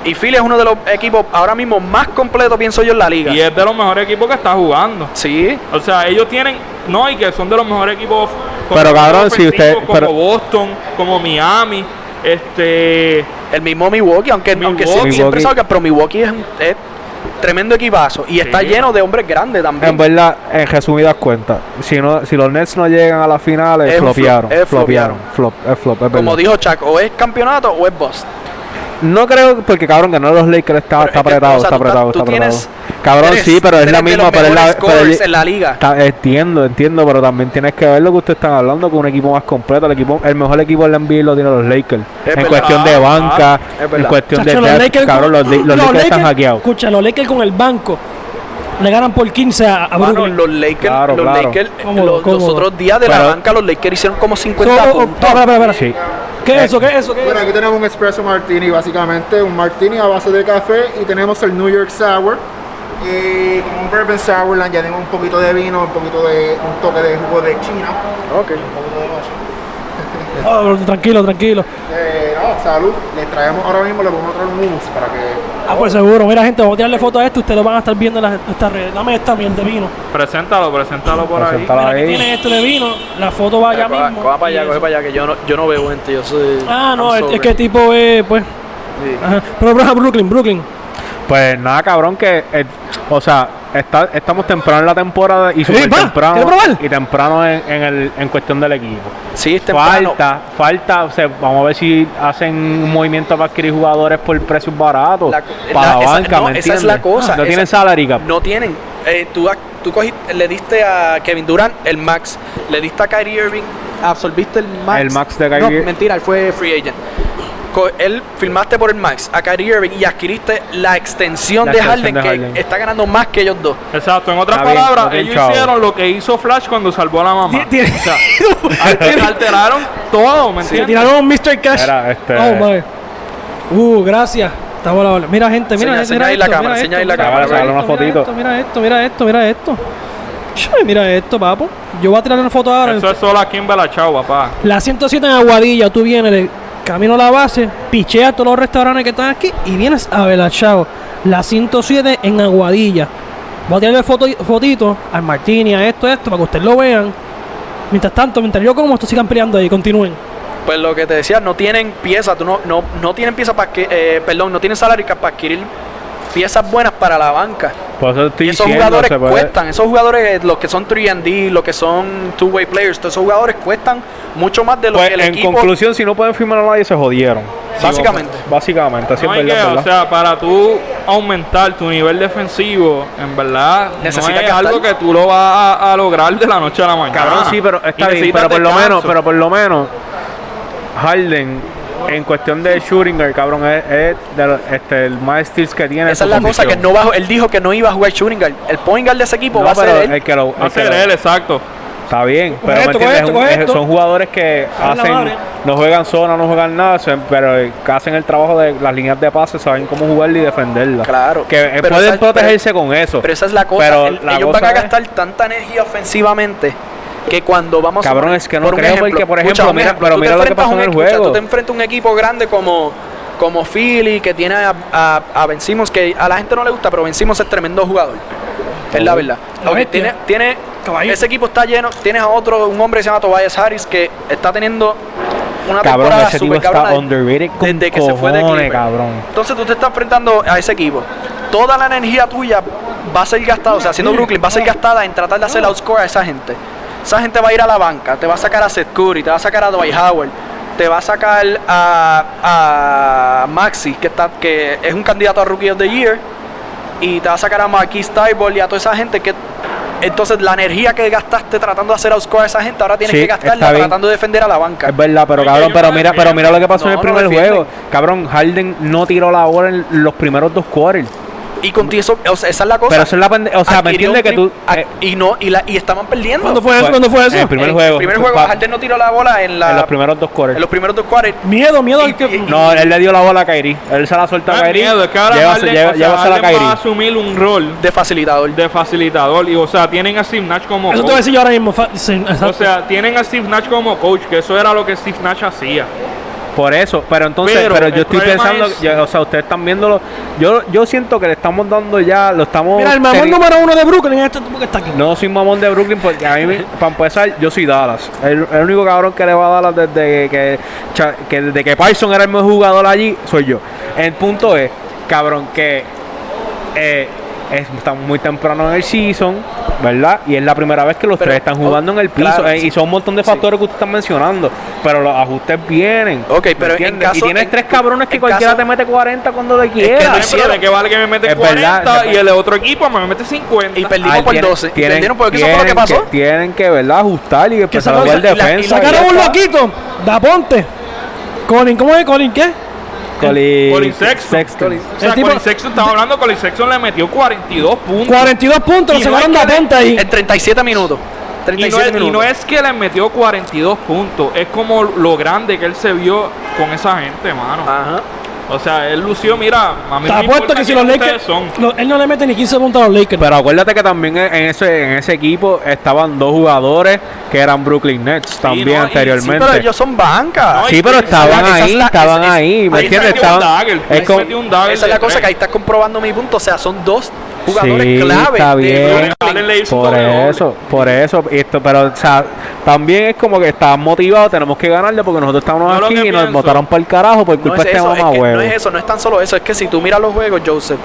Y Philly es uno de los equipos ahora mismo más completos, pienso yo, en la liga. Y es de los mejores equipos que está jugando. Sí. O sea, ellos tienen, no, y que son de los mejores equipos. con Pero, los cabrón, si ofensivos usted- Como pero- Boston, como Miami, este. El mismo Milwaukee, aunque, aunque sí, Milwaukee. siempre salga, pero Milwaukee es, un- es tremendo equipazo. Y está Sí. lleno de hombres grandes En también. verdad, en resumidas cuentas, si no, si los Nets no llegan a las finales, Es un flop, flopearon, es flopearon, flop, es flop, es Como verdad. dijo Chuck, o es campeonato o es boss. No creo, porque cabrón, ganó los Lakers, está, está Pero es que, apretado, o sea, está tú apretado, tú está apretado. tienes- Cabrón, eres- sí, pero es la eres de los misma, pero es la. mejores pero es- scorers en la liga. Ta- entiendo, entiendo, pero también tienes que ver lo que ustedes están hablando con un equipo más completo. El equipo, el mejor equipo del NBA lo tienen los Lakers. Es en verdad, ah, cuestión de banca, es en verdad. cuestión Chacho, de depth, cabrón, los, Li- los Lakers, están Lakers- hackeados. Escucha, los Lakers con el banco le ganan por 15 a, a Mano, Brooklyn. los Lakers, Claro, los, claro. Lakers Cómodo, los, los cómodo. otros días de la Pero- banca, los Lakers hicieron como So, 50 oh, oh, puntos. espera, espera, espera. Sí. ¿Qué es eso? ¿Qué es eso? ¿Qué es Bueno, eso? aquí tenemos un espresso martini, básicamente un martini a base de café y tenemos el New York Sour. Y como un bourbon sour le añadimos un poquito de vino, un poquito de un toque de jugo de China. Ok. Un poquito de noche. Oh, tranquilo, tranquilo. Eh, no, salud. Le traemos ahora mismo, le podemos traer un hummus para que. Ah, pues seguro. Mira, gente, vamos a tirarle foto a esto. Ustedes lo van a estar viendo en las- estas redes. Dame esta miel de vino. Preséntalo, preséntalo por ahí. Preséntalo. Mira, Ahí. aquí tiene esto de vino. La foto va allá Coja- mismo. coja Eh, para allá, Y coge eso. para allá, que yo no, yo no veo, gente. Yo soy. Ah, no, I'm es, sorry. es que el tipo es, pues. Sí. Ajá. Pero, pero, Brooklyn, Brooklyn. Pues nada, cabrón, que. eh, o sea, está, estamos temprano en la temporada y súper va, temprano. ¿quieres probar? Y temprano en, en el, en cuestión del equipo. Sí, es temprano. Falta, falta. o sea, vamos a ver si hacen un movimiento para adquirir jugadores por precios baratos. La- para la- la esa- banca, no, ¿me esa es entiendes? la cosa, No esa- tienen salary cap. No tienen. Eh, tú a- tú cogiste- le diste a Kevin Durant el max, le diste a Kyrie Irving, absorbiste el max. El max de Kyrie- No, mentira, él fue free agent. Co- él firmaste por el max a Kyrie Irving y adquiriste la extensión La de extensión Harden de que Harden. está ganando más que ellos dos. Exacto, en otras Está bien, palabras, está bien, ellos chavo. hicieron lo que hizo Flash cuando salvó a la mamá. Ah. Ti- tiene- O sea, alter- alteraron todo, ¿me Se entiendes? tiraron Mr. Cash. Era, este- Oh, madre. Uh, gracias. Está bola, bola. Mira, gente, mira, Enseña- mira enseña ahí esto, la mira cámara, enseña ahí esto, la mira cámara, esto, para sacar mira una esto, Mira esto, mira esto, mira esto. Che, Mira esto, papo. Yo voy a tirar una foto ahora. Eso es solo aquí en Belachao, papá. La 107 en Aguadilla, tú vienes de camino a la base, picheas todos los restaurantes que están aquí y vienes a Belachao. La 107 en Aguadilla. Voy a tirarle foto, fotito al Martini, a esto, a esto, para que ustedes lo vean. Mientras tanto, mientras yo como, estos sigan peleando ahí, continúen. Pues lo que te decía, no tienen piezas, tú no, no, no tienen piezas para que, eh, perdón, no tienen salario para adquirir piezas buenas para la banca. Por eso estoy Y esos diciendo, jugadores se puede- cuestan, esos jugadores, los que son 3D, los que son two-way players, todos esos jugadores cuestan mucho más de lo Pues que el en equipo. conclusión, si no pueden firmar a nadie, se jodieron. Básicamente. Básicamente, así No es hay verdad, que, ¿verdad? o sea, para tú aumentar tu nivel defensivo, en verdad, no Necesitas es gastar. algo que tú lo vas a, a lograr de la noche a la mañana. Cabrón, sí, pero Y está bien, necesitas pero por lo descanso. menos, pero por lo menos Harden en cuestión de shooting, el cabrón es, es de los- este, el más steals que tiene. en Esa su es la cosa posición. que no va, él dijo que no iba a jugar shooting guard. El point guard de ese equipo No, va a pero ser él. el que lo, Va a el que ser lo- él, exacto. Está bien, pero esto, ¿me coge esto, entiendes? Es un- coge es- esto. son jugadores que Dale la hacen, madre. no juegan zona, no juegan nada, se- pero eh, que hacen el trabajo de las líneas de pase, saben cómo jugarla y defenderla. Claro. Que eh, Pero pueden esa- protegerse con eso. Pero esa es la cosa. Pero el- la ellos cosa van a es- gastar tanta energía ofensivamente que cuando vamos Cabrón, poner- es que no por un creo, porque, por ejemplo, un mira- pero tú te mira lo que enfrentas pasó a un en el equ- escucha, juego. tú te enfrentas a un equipo grande como, como Philly, que tiene a, a, a Ben Simmons, que a la gente no le gusta, pero Ben Simmons es tremendo jugador. Es Oh. la verdad. La Ok, bestia. tiene, tiene, Caballito. ese equipo está lleno. Tienes a otro, un hombre que se llama Tobias Harris, que está teniendo una Cabrón, temporada ese tipo super está underrated con desde que se fue de cojones, Clippers. cabrón. Entonces tú te estás enfrentando a ese equipo. Toda la energía tuya va a ser gastada, o sea, haciendo Brooklyn, va a ser gastada en tratar de hacer outscore a esa gente. Esa gente va a ir a la banca, te va a sacar a Seth Curry, te va a sacar a Dwight Howard, te va a sacar a, a Maxi, que, está, que es un candidato a Rookie of the Year, y te va a sacar a Marquis Tybalt y a toda esa gente que... Entonces la energía que gastaste tratando de hacer outscore a esa gente, ahora tienes Sí, que está gastarla bien. tratando de defender a la banca. Es verdad, pero Pues Es que cabrón, yo pero creo mira, que- pero mira lo que pasó en No, el no primer defiende. juego. Cabrón, Harden no tiró la bola en los primeros dos quarters. Y contigo, eso- o sea, esa es la cosa. Pero eso es la pende- O sea, ¿me Adquirió entiendes que un tú. trip- eh, ad- y no, y, la, y estaban perdiendo. ¿Cuándo fue eso? fue- ¿Cuándo fue en eso? el primer El juego. primer juego, Pa- Harden no tiró la bola en, la, en los primeros dos en quarters. los primeros dos cuartos. Miedo, miedo Y- al que. y- No, él le dio la bola a Kairi. Él se la suelta No a es Kairi. miedo, Ah, es que ahora Llévasela Harden- lleva- o sea, llévasela a Harden va a Kairi. asumir un rol De facilitador. de facilitador. Y, o sea, tienen a Steve Nash como Eso te voy a coach. decir yo ahora mismo. fa- sí, exacto. O sea, tienen a Steve Nash como coach, que eso era lo que Steve Nash hacía. Por eso, pero entonces, Pero pero, el yo estoy problema pensando, es- ya, o sea, ustedes están viéndolo. Yo, yo siento que le estamos dando ya, lo estamos. mira, el mamón teni- número uno de Brooklyn es este tipo que está aquí. No soy mamón de Brooklyn porque a mí, para empezar, yo soy Dallas. El, el único cabrón que le va a Dallas desde que, cha- que desde que Parson era el mejor jugador allí, soy yo. El punto es, cabrón, que eh, es- estamos muy temprano en el season. ¿verdad? Y es la primera vez que los Pero- oh, tres están jugando en el piso. claro, eh, sí. Y son un montón de factores que usted está mencionando. Pero los ajustes vienen. Ok, ¿me pero en entiendes? caso- Y tienes en- tres cabrones que en cualquiera caso- te mete 40 cuando le quiera. lo Por ejemplo, hicieron. ¿de qué vale que me mete Es verdad, 40 y es el otro equipo me mete 50? Y Ay, perdimos por tienen- 12. tienen- ¿Entendieron? Porque eso fue lo que tienen pasó. tienen que, ¿verdad? Ajustar y empezar a sacaron- jugar y la- y la- defensa. Sacaron y un ya está. loquito. Da ponte. Colin, ¿cómo es Colin? ¿Qué? Colin, Ah, Colin Sexton. Sexton. O sea, El tipo- Colin Sexton, estamos hablando, Colin Sexton le metió 42 puntos. 42 puntos, Y se no hay sacaron da que- ponte este, ahí. En 37 minutos. Y 37 no, es, y minutos. no es que le metió 42 puntos, es como lo grande que él se vio con esa gente, mano. Ajá. O sea, él lució, mira, mami. este, Te apuesto que si los Lakers. Son. lo- él no le mete ni 15 puntos a los Lakers. Pero acuérdate que también en en ese, en ese equipo estaban dos jugadores que eran Brooklyn Nets también no, y- sí, Sí, anteriormente. pero ellos son banca. No, Sí, pero estaban Esa- esa- ahí, esa- estaban esa- ahí, ¿me Ahí se entiendes? metió un Estaban dagger. es ahí se como- metió un dagger Esa es la de cosa que ahí tres. estás comprobando mi punto. O sea, son dos jugadores Sí, clave. está de bien. Brooklyn. Allen le hizo un por doble eso, por eso, esto, pero o sea, también es como que estaban motivados, tenemos que ganarle porque nosotros estábamos Yo lo aquí y que nos pienso- botaron para el carajo por No culpa es, de este eso, es mamá que huevo. no es eso, no es tan solo eso, es que si tú miras los juegos, Joseph,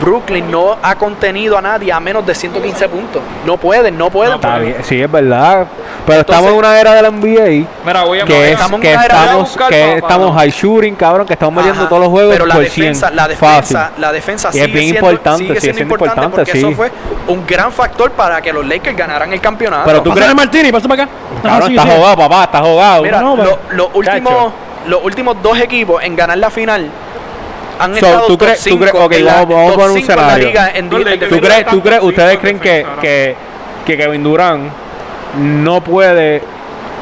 Brooklyn no ha contenido a nadie a menos de 115 puntos. No pueden, no pueden. No Está pueden. bien, sí, es verdad. Pero estamos en una era del NBA Mira, voy a voy que a- estamos Estamos que en una era- estamos, voy a buscar, que papá, estamos no. high shooting, cabrón, que estamos metiendo Ajá, todos los juegos Pero la por defensa, Ah, 100. la defensa, Fácil. la defensa Y es bien importante, sigue sigue siendo siendo importante, importante, porque sí. eso fue un gran factor para que los Lakers ganaran el campeonato. Pero tú Pásale crees- Martini, pásale para acá. Ah, Cabrón, sí, está sí. jugado, papá, está jugado. Mira, No, lo- pero- los últimos, los últimos dos equipos en ganar la final han So, estado ¿tú top crees- tú cinco crees- ok, en la- vamos- vamos top por un cinco en la escenario. liga en- Los en- Lakers- ¿Tú crees, tú crees, ustedes Defensa, creen que, defensa, que, que Kevin Durant no puede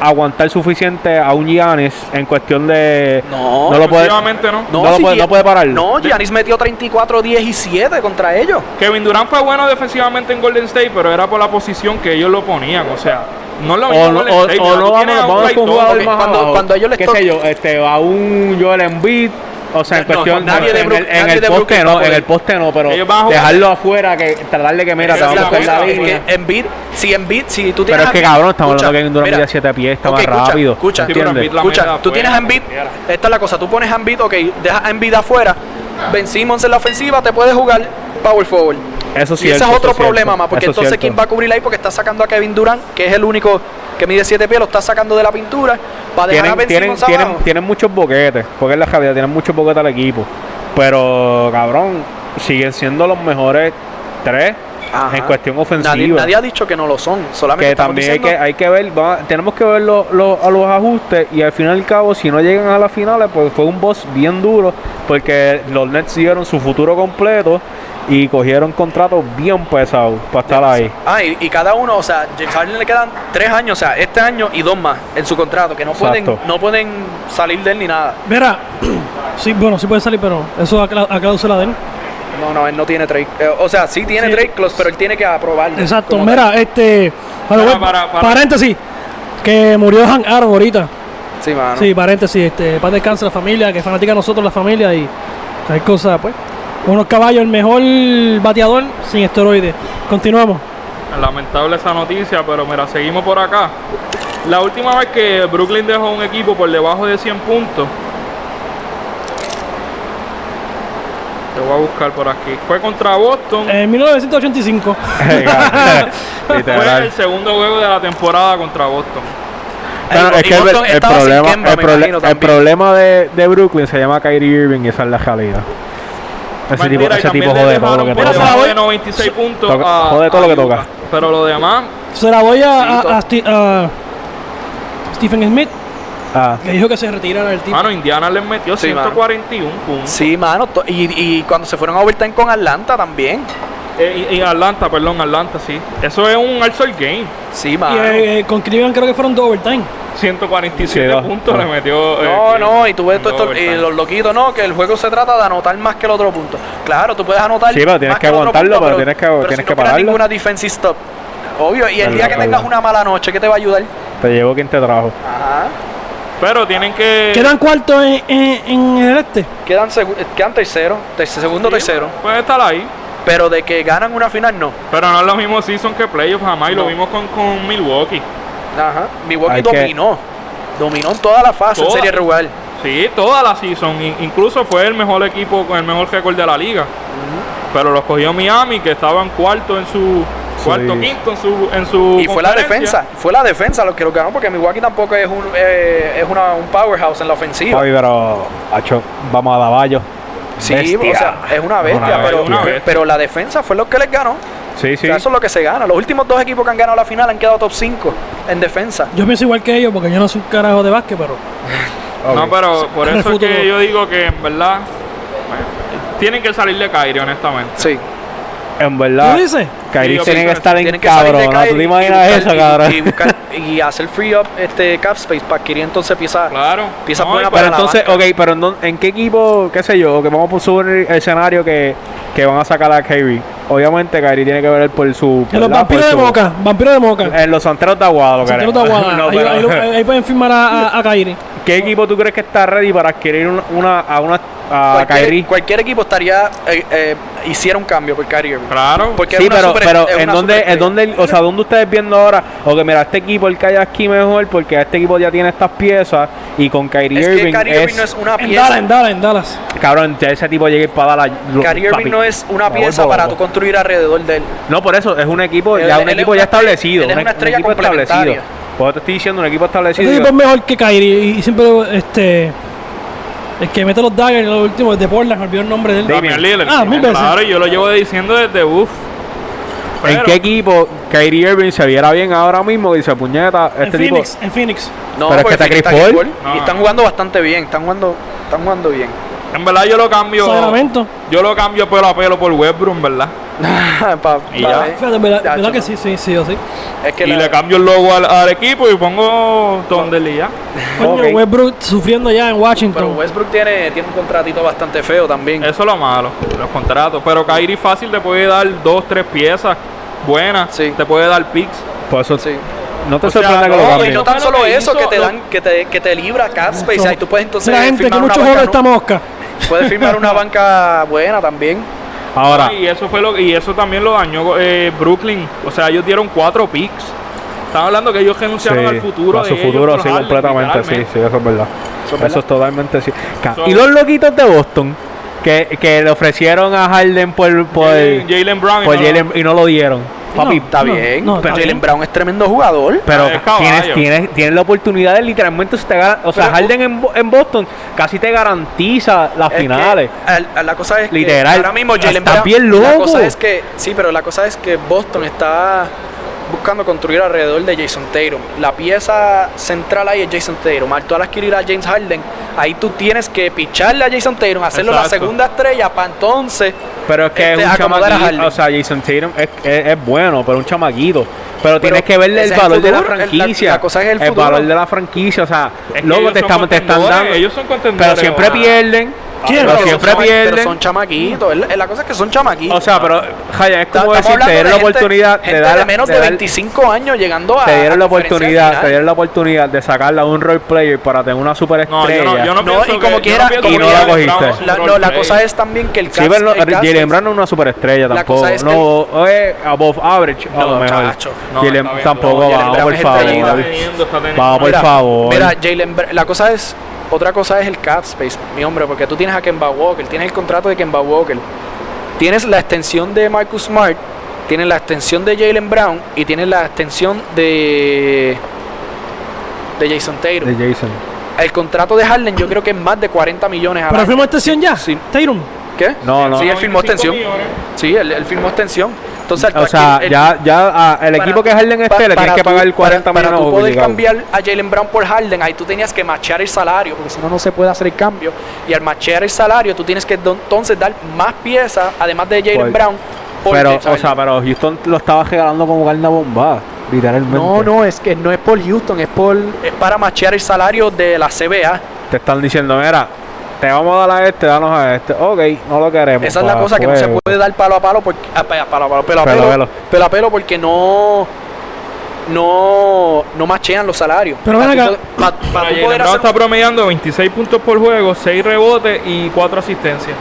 aguantar suficiente a un Giannis en cuestión de No. no lo puede Defensivamente, ¿no? no lo puede- Gian- no puede pararlo. No, Giannis metió 34, 17 contra ellos. Kevin Durant fue bueno defensivamente en Golden State, pero era por la posición que ellos lo ponían. O sea, no es lo o, mismo. no- Golden o- State, o mira, tú no vamos, tienes a un vamos Clay con un jugador Thompson, ok, más cuando- abajo. cuando ellos les qué toque- sé yo este a un Joel Embiid o sea, en No, no, cuestión nadie en, de el, Brook- en nadie el de poste Brooklyn no, va a en poder. el poste no, pero Ellos van a jugar- dejarlo afuera que tratarle que mira, Esa te Esa vamos es la a coger cosa, la es línea. que Embiid, si Embiid, si tú Pero tienes es que a- cabrón, estamos hablando Escucha, que Kevin Durant mira, mide 7 pies, está ok, más escucha, rápido. escucha. Sí, pero Embiid ¿Entiendes? la mete Escucha, tú afuera, tienes a Embiid, como quiera. esta es la cosa, tú pones a Embiid, ok, dejas a Embiid afuera, Ben Simmons en la ofensiva, te puede jugar power forward. Eso y ese cierto, es otro eso problema cierto, más, porque eso entonces cierto. quién va a cubrir ahí porque está sacando a Kevin Durant, que es el único que mide 7 pies, lo está sacando de la pintura, va a dejar a tienen, Ben tienen, Simmons tienen, abajo. tienen muchos boquetes, porque es la realidad, tienen muchos boquetes al equipo. Pero, cabrón, siguen siendo los mejores tres Ajá. en cuestión ofensiva. Nadie, nadie ha dicho que no lo son, solamente que estamos también hay que, diciendo- hay que ver, va- tenemos que ver lo- lo- a los ajustes y al final y al cabo, si no llegan a las finales, pues fue un boss bien duro, porque los Nets dieron su futuro completo y cogieron contratos bien pesados para estar ahí. Ah, y, y cada uno, o sea, James Harden le quedan tres años, o sea, este año y dos más en su contrato, que no pueden, Exacto. no pueden salir de él ni nada. Mira, sí, bueno, sí puede salir, pero eso a, cla- a cláusula de él. No, no, él no tiene trade. eh, o sea, sí tiene Sí. trade clause, pero él tiene que aprobarlo. Exacto, como mira, este. bueno, Para, bueno, para, para. Paréntesis. Que murió Han Aaron ahorita. tal. Sí, mano. Sí, paréntesis. Este, paz descanse la familia, que fanatica a nosotros la familia y. Hay cosas, pues. Unos caballos, el mejor bateador sin esteroides. Continuamos. Lamentable esa noticia, pero mira, seguimos por acá. La última vez que Brooklyn dejó un equipo por debajo de 100 puntos. Te voy a buscar por aquí. Fue contra Boston. En 1985. Fue Literal. el segundo juego de la temporada contra Boston. Bueno, es Y- y que el, Pues, Boston el estaba sin problema, Kemba, el, me proble- imagino, el también. problema de, de Brooklyn se llama Kyrie Irving y esa es la realidad. Ese Mira, tipo, y ese también tipo le jode todo dejaron lo que por Mira, toca. debajo Savoy. de 96 puntos. Toca- a- jode todo lo que a Utah. toca. Pero lo demás, Se la voy a, a- a Sti- a Stephen Smith, Ah, que dijo que se retirara el tipo. mano, Indiana les metió Sí, mano. 141 puntos. Sí, mano. to- Y, y cuando se fueron a overtime con Atlanta también. Eh, y, y Atlanta, perdón, Atlanta, sí. Eso es un All-Star Game. Sí, Y, mano. eh, eh, con Cleveland creo que fueron dos overtime. 147 Sí, puntos no. le metió. No, eh, no, y tú ves en todo esto, y overtime. los loquitos, no, que el juego se trata de anotar más que el otro punto. Claro, tú puedes anotar. Sí, pero tienes más que el otro aguantarlo, pero tienes que- tienes si que no creas pararlo. ninguna defensive stop. Obvio, y el Verdad, día que tengas verdad. una mala noche, ¿qué te va a ayudar? te llevo quien te trajo. Ajá. Pero tienen que. Quedan cuartos en, en- en el este. Quedan, segu- eh, quedan tercero, terce- segundo, Sí, tercero. Puede estar ahí. Pero de que ganan una final, no. Pero no es lo mismo season que playoffs jamás. Y lo No. vimos con, con Milwaukee. Ajá. Milwaukee Hay que- dominó. Dominó en toda la fase en Toda. serie regular. Sí, toda la season. in- Incluso fue el mejor equipo con el mejor récord de la liga. Pero los cogió Miami, que estaban cuarto en su cuarto, Sí. quinto en su. En su Y fue la conferencia. defensa, fue la defensa los que lo ganó, porque Milwaukee tampoco es un, eh, es una- un powerhouse en la ofensiva. Papi, pero acho, vamos a Daballo. sí, bestia. o sea, es una Una bestia, pero, bestia. pero- pero la defensa fue lo que les ganó. Sí, sí. O sea, eso es lo que se gana. Los últimos dos equipos que han ganado la final han quedado top 5 en defensa. Yo pienso igual que ellos porque yo no soy un carajo de básquet, pero Ah, No, pero por En el eso es futuro. que yo digo que en verdad bueno, tienen que salir de Kyrie, honestamente. Sí. En verdad, ¿Tú dices? Kyrie Sí, yo pienso tiene que que estar en Tienen que salir de cabrón. ¿no? ¿Tú Kyrie te y imaginas buscar- eso, y- cabrón? Y, buscar- y hacer free up este cap space para adquirir entonces piezas. Claro. Pieza No, buena y pues, Pero la entonces, banca. ok, pero ¿en, dónde- en qué equipo, qué sé yo, que vamos a subir el escenario que, que van a sacar a Kyrie? Obviamente Kyrie tiene que ver por su... En los ¿verdad? Por vampiros de su- Moca, vampiros de Moca. En los santeros de Aguada, lo Santeros de queremos. Aguada. No, ahí, pero- ahí lo- ahí pueden firmar a, a, a Kairi. ¿Qué equipo tú crees que está ready para adquirir una, una- a una a Kyrie? cualquier, cualquier equipo estaría eh, eh, hiciera un cambio por Kyrie Irving. Claro. Porque es Sí, una pero, super- pero es ¿en una dónde, superestrella. en dónde, o sea, dónde ustedes viendo ahora? O que mira, este equipo el que hay aquí mejor porque este equipo ya tiene estas piezas y con Kyrie Es que Irving Kyrie es, Irving no es una En Dallas, pieza. en Dallas, en Dallas. cabrón, ya ese tipo llega para la Kyrie Irving no es una pieza para tú construir alrededor de él. No, por eso es un equipo, Él- ya un él es equipo una ya estre- establecido, él es un- una un estrella equipo establecido. complementaria. Por eso te estoy diciendo un equipo Este establecido. tipo es mejor que Kairi y, y siempre este el que mete los daggers en los últimos de Portland, me olvidó el nombre de él. Damien. Damian Lillard. Ah, mil veces. Claro, yo lo llevo diciendo desde uff. ¿En qué equipo Kyrie Irving se viera bien ahora mismo? Dice, puñeta, en este tipo. Phoenix, en Phoenix. No, Pero es porque que está Chris Chris Paul. Y No. están jugando bastante bien. Están jugando, están jugando bien. En verdad yo lo cambio. Sacramento. Yo lo cambio pelo a pelo por Westbrook, en verdad. Pa- pa- Y ya. eh, Fíjate, ¿verdad, ya, verdad que sí, chamo. sí, sí, o sí. Es que y la- le cambio el logo al, al equipo y pongo Thunderly ya. Coño, Ok. Westbrook sufriendo ya en pero Washington. Westbrook tiene, tiene un contratito bastante feo también. Eso es lo malo, los contratos. Pero Kyrie fácil te puede dar dos, tres piezas buenas. Sí. Te puede dar picks. Por eso Sí. no te O sea, sorprenda que no, lo y No, cambien. y no Lo tan malo solo que eso, hizo- que te lo- dan, que te, que te libra cap space, pues, ahí tú puedes entonces la gente, que firmar una mucho banca joven nu- esta mosca. Puedes firmar una banca buena también. Ahora, Y eso fue lo y eso también lo dañó eh, Brooklyn. O sea, ellos dieron cuatro picks. Están hablando que ellos renunciaron al futuro a de su ellos futuro, con sí, Harden, completamente, sí, literalmente. sí, eso es verdad. Eso es, verdad. totalmente sí. Ca- So- y los loquitos de Boston, que, que le ofrecieron a Harden por, por, Jalen- Jalen Brown. y por no lo- Pues, Jalen- y no lo dieron. Papi, No, Está bien. no, está pero bien. Jalen Brown es tremendo jugador. pero es caballo. tienes, tienes, tienes la oportunidad de literalmente, se te gar- o sea, Pero- Harden en, Bo- en Boston casi te garantiza las Es que, finales. al- a la cosa es que Literal. ahora mismo Está Jalen Brown. bien La loco. cosa es que sí, pero la cosa es que Boston está buscando construir alrededor de Jason Tatum. La pieza central ahí es Jason Tatum. Al tú al adquirir a James Harden, ahí tú tienes que picharle a Jason Tatum, hacerlo la Exacto. segunda estrella para entonces. Pero es que Este, es un acomodar a Harden. chamaquito, o sea, Jason Tatum es, es, es bueno, pero un chamaquito. Pero tienes Pero que verle el ese es el valor de la futuro, el- la- franquicia. la cosa es el futuro. valor de la franquicia, o sea, Es que luego ellos te, son están- te están contendores, dando. ellos son Ah. contendores pero siempre ahora. pierden. ¿Quién? Pero Pero siempre son chama- pierden. Pero son chamaquitos. Es la- es La cosa es que son chamaquitos. o sea, pero, Jaya, es Está- como estamos decir, te hablando dieron la de gente- oportunidad gente de dar. de menos de de dar- 25 años llegando a. Te dieron la a conferencia oportunidad, final. te dieron la oportunidad de sacarla a un role player para tener una No, yo superestrella. no, yo no, No, pienso y como que- quiera- yo pienso y que no la Jalen Brown cogiste. es un La, role no, la player. cosa es también que el Sí, pero no, el gas- pues. Jalen Brown no es una superestrella La tampoco. cosa es que no, eh, above average, a lo No, mejor. chacho, no, Jalen está bien, no, tampoco, Jalen vamos, Brown por es favor. estrellita. Está teniendo, está teniendo. Vamos, por Mira, favor. Mira, Jalen, Br- la cosa es. Otra cosa es el cap space, mi hombre, porque tú tienes a Kemba Walker, tienes el contrato de Kemba Walker, tienes la extensión de Marcus Smart, tienes la extensión de Jalen Brown y tienes la extensión de de Jason Taylor. de Jason. El contrato de Harden yo creo que es más de 40 millones al Pero año. firmó extensión ya. Sí. Tatum. ¿Qué? No, no. Sí, él firmó 95 extensión. millones. Sí, él, él firmó extensión. Entonces, al o sea, tú adquirir- ya, ya ah, el para- equipo que Harden pa- esté le para tienes que tú- pagar el 40 para, para millones tú poder obligado. cambiar a Jalen Brown por Harden, ahí tú tenías que machear el salario, porque si no, no se puede hacer el cambio. Y al machear el salario, tú tienes que don- entonces dar más piezas, además de Jalen Pues, Brown, por Pero, James o sea, Harden. pero Houston lo estaba regalando como carne bomba, literalmente. no, no, es que no es por Houston, es por es para machear el salario de la CBA. Te están diciendo, mira, te vamos a dar a este, danos a este. Ok, no lo queremos. Ah, pues, Esa es la pa' cosa que no se fuego. puede dar palo a palo, porque, a, pa- a palo a palo, pelo a Pelo a pelo, pelo. pelo a pelo, porque no no no machean los salarios. Pero Para ven tú acá. po- pa- para Pero tú Jalen poder Brown hacer está promediando 26 puntos por juego, 6 rebotes y 4 asistencias.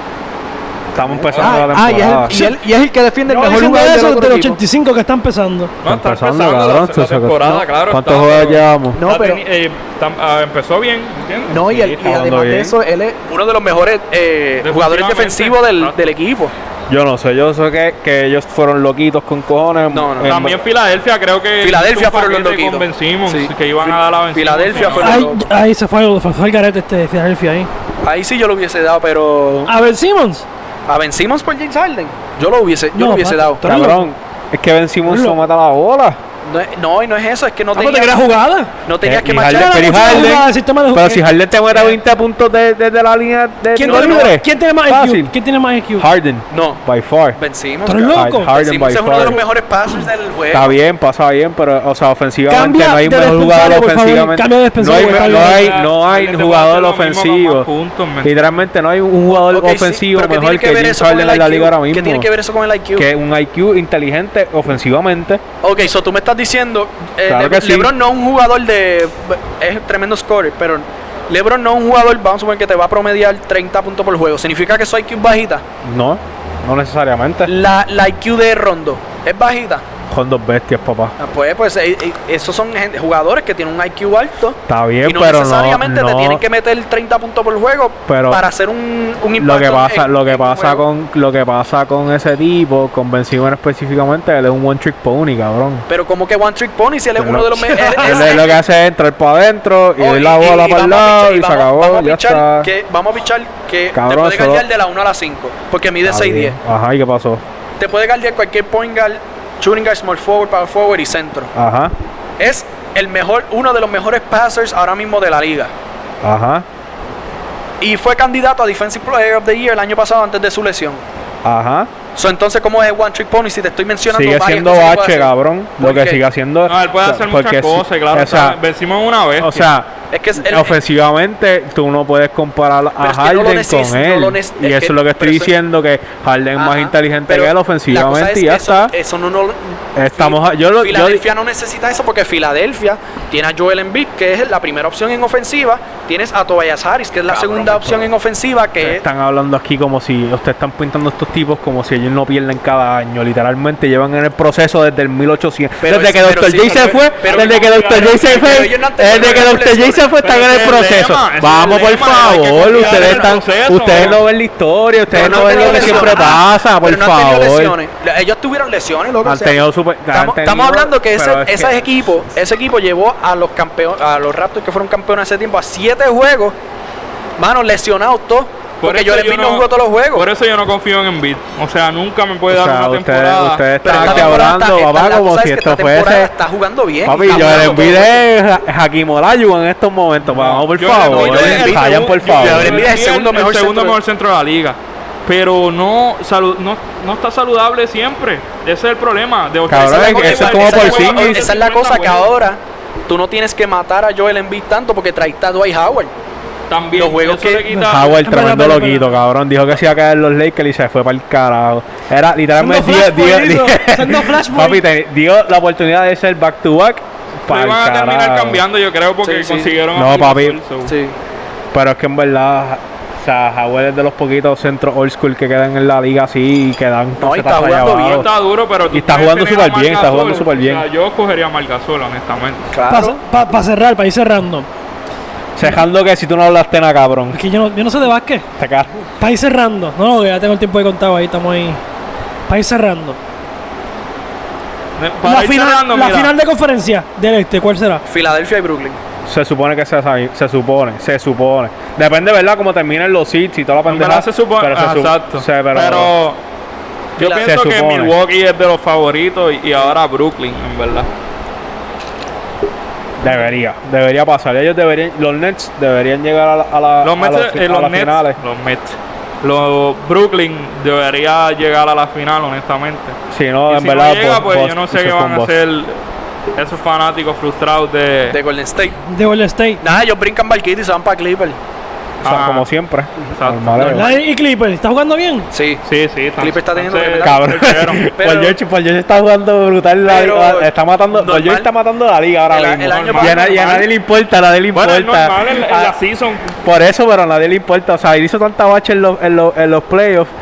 Estamos Ah, empezando la temporada. y él- que defiende No dicen nada de eso del 85 que está empezando. No, está Empezando, empezando la- cabrón, la, se sacó. temporada, No, claro. ¿Cuántos está, juegos pero- llevamos? No, está pero- teni- eh, tam- ah, empezó bien, ¿entiendes? No, y, el- y está jugando además de bien. eso, él es uno de los mejores eh, jugadores Defensivamente, defensivos del, exacto. del equipo. Yo no sé, yo sé que, que ellos fueron loquitos con cojones. No, no. En- También Filadelfia, creo que. Em, hizo Filadelfia un fueron los paquete loquitos. Con Ben Simmons, Sí. que iban a dar la Ben Filadelfia Simmons, fueron- ¿no? Ahí, Pero- ahí se fue, fue el garete este Filadelfia ahí. Ahí sí yo lo hubiese dado, pero. A ver, Simmons. ¿A vencimos por James Harden? Yo lo hubiese, yo No, lo hubiese pa- dado. tú eres Cabrón, es que Ben Simmons Loco. no mata la bola. No, es- no, y no es eso, es que no Ah, pues, te tenías, creas jugada. no tenías Eh, que y marchar. Harden- Era pero y mucho más Harden- jugada del sistema de Pero juego. si Harden te muera 20 puntos de- desde la línea de ¿Quién, de tiene, libre. ¿Quién tiene más Fácil. IQ? ¿Quién tiene más IQ? Harden, No, by far. vencimos. Tú eres cabrón. loco. Harden Vencimos by es uno de far. los mejores pasos del juego. Está bien, pasa bien, pero o sea, ofensivamente Cambia no hay de mejor defensivo, jugador por favor, ofensivamente. cambia de defensivo, no hay, está me- bien. no hay, no hay Él te jugador puede hacer lo mismo con más ofensivo. puntos, ¿me entiendes? Literalmente no hay un jugador Ok, sí, ofensivo pero ¿qué mejor tiene que, ver James eso con Harden el en la IQ? liga ahora mismo. ¿Qué tiene que ver eso con el IQ? Que un IQ inteligente ofensivamente. Ok, so tú me estás diciendo, eh, Claro Lebr- que sí. LeBron no es un jugador de... es tremendo scorer, pero LeBron no es un jugador, vamos a suponer, que te va a promediar 30 puntos por juego. ¿Significa que su IQ es bajita? No, no necesariamente. La, la IQ de Rondo es bajita. Con dos bestias, papá. Ah, Pues, pues eh, eh, esos son gente- jugadores que tienen un IQ alto. Está bien, y no Eh, pero no, necesariamente te no- tienen que meter 30 puntos por juego Pero para hacer un, un lo impacto. que pasa, en- lo que en un pasa juego. con lo que pasa con ese tipo, con Ben Simmons específicamente, él es un one trick pony, cabrón. Pero como que One Trick Pony, si él es Oh, Pero- uno de los mejores... Él es lo que hace es entrar para adentro y doy la bola para el lado y se acabó, Vamos ya a está. pichar que, vamos a pichar que te Cabrón, puede solo- galdear de la 1 a la 5, porque mide Está 6 10. bien. Ajá, ¿y qué pasó? Te puede galdear cualquier point guard, shooting guard, small forward, power forward y centro. Ajá, Es el mejor, uno de los mejores passers ahora mismo de la liga. ajá, Y fue candidato a Defensive Player of the Year el año pasado antes de su lesión. ajá. So, entonces, ¿cómo es One Trick Pony si te estoy mencionando Sigue varias siendo cosas que bache, puede hacer? cabrón. Lo ¿Por que qué? sigue haciendo. No, él puede o sea, hacer porque muchas sí- cosas, claro. O sea, está- Ben Simmons es una vez. o sea, Es que es el, ofensivamente tú no puedes comparar Pero a es que no lo Harden neces- con no él. lo y neces- eso es que- es lo que estoy pero eso- diciendo, que Harden es más Ajá, inteligente pero que él la cosa ofensivamente es y que ya eso- está. Eso no, no Estamos, a- yo, lo- yo, Filadelfia no necesita eso porque Filadelfia tiene a Joel Embiid, que es la primera opción en ofensiva. Tienes a Tobias Harris, que es la Cabrón, segunda por opción favor. en ofensiva, que es Están hablando aquí como si ustedes están pintando estos tipos como si ellos no pierden cada año. Literalmente llevan en el proceso desde el 1800. Pero desde es- que pero Dr. sí, J se pero- fue, pero desde no, que Dr. J se pero fue, ellos no han tenido desde que Dr. J se fue están en ese el es el proceso. lema, ese es Vamos el lema, por hay que favor, confiar en ustedes el están, proceso, ustedes mano. no ven la historia, ustedes Pero no han ven tenido lo este que lesiones. siempre Ajá, pasa, por pero no han tenido favor. lesiones. La- Ellos tuvieron lesiones, loco. o Han sea, tenido super- han estamos, tenido- estamos hablando que ese, pero es ese equipo, ese equipo llevó a los campeones, a los Raptors que fueron campeones hace tiempo a siete juegos, mano, lesionados todos. Por Porque eso Joel yo Embiid no no- jugó todos los juegos. Por eso yo no confío en Embiid. O sea, nunca me puede O dar sea, una ustedes- temporada. ustedes Pero están esta aquí temporada hablando, está- papá, esta- como sabes si que esto esta temporada fuese- Está jugando bien. Papi, está yo jugando le como- envidé a Hakim Olajuwon en estos momentos. No, Vamos, por yo creo- favor. eh, yo creo que el Vayan, segundo- yo por favor. creo que Joel Embiid es el segundo mejor centro de- mejor centro de la liga. Pero no, salu- no, no está saludable siempre. Ese es el problema. De Cabrón, esa la que cosa eso es que- como esa por la cosa- Porzingis. Esa es la cosa que juegos. ahora tú no tienes que matar a Joel Embiid tanto porque traiste a Dwight Howard. También. los juegos eso que- le quita- Howard, Espera, tremendo espera, loquito, espera. cabrón. Dijo que se iba a caer los Lakers y se fue para el carajo. Era Sendo literalmente. flash Dio, dio- boy, dio- hizo. Sendo flash boy. papi, te- dio la oportunidad de ser back to back. Lo Para el iban a terminar carajo. cambiando, yo creo, porque Sí, sí. consiguieron. No, a Bill papi. Russell, so. Pero es que en verdad. O sea, Howard es de los poquitos centros old school que quedan en la liga así y quedan. No, se y está jugando rayado. bien, Está duro, pero. tú Y está puedes jugando tener a súper bien, está jugando Marc súper Gasol. O sea, bien. yo cogería a Margasol, honestamente. Para Claro. cerrar, para ir cerrando. Cejando que si tú no hablaste nada, cabrón. Aquí yo no, yo no sé de básquet. Te cagas. Para ir cerrando. No, no, ya tengo el tiempo de contado ahí, estamos ahí. Para ir cerrando. Ne- La, para ir final, cerrando, la mira, final de conferencia del este, ¿cuál será? Filadelfia y Brooklyn. Se supone que se, sabe- se supone, se supone. Depende, ¿verdad? Cómo terminen los seats y toda la en pendeja. verdad se supone. pero se ah, su- exacto. se- pero- pero, yo Se pienso que supone. Milwaukee es de los favoritos y, y ahora Brooklyn, en verdad. Debería, debería pasar. Ellos deberían, los Nets deberían llegar a la, a la- Los a Mets, los fi- eh, a los las Nets- finales. los Mets. Los Brooklyn debería llegar a la final, honestamente. Si no, Y en si verdad, no llega, Bos- pues Bos- yo no eso sé qué es van con a Bos- hacer esos fanáticos frustrados de... De Golden State. De Golden State. Nada, ellos brincan barquito y se van para Clipper. o sea, Ah, pues, como siempre. Exacto. normal, eh. ¿Verdad? Y Clippers, ¿está jugando bien? Sí. Sí, sí. están- Clipper está teniendo entonces- Cabrón. tremenda- Perdieron. Pero- Paul George, Paul George está jugando brutal. La, Pero- la- está matando, Paul normal. George está matando la liga ahora El- el mismo. año y, a, pasado, na- y a normal. nadie le importa, a nadie le Bueno, es importa. normal en, en Ah, la season. Por eso, pero a nadie le importa. O sea, él hizo tanta bache en los, en los, en los playoffs.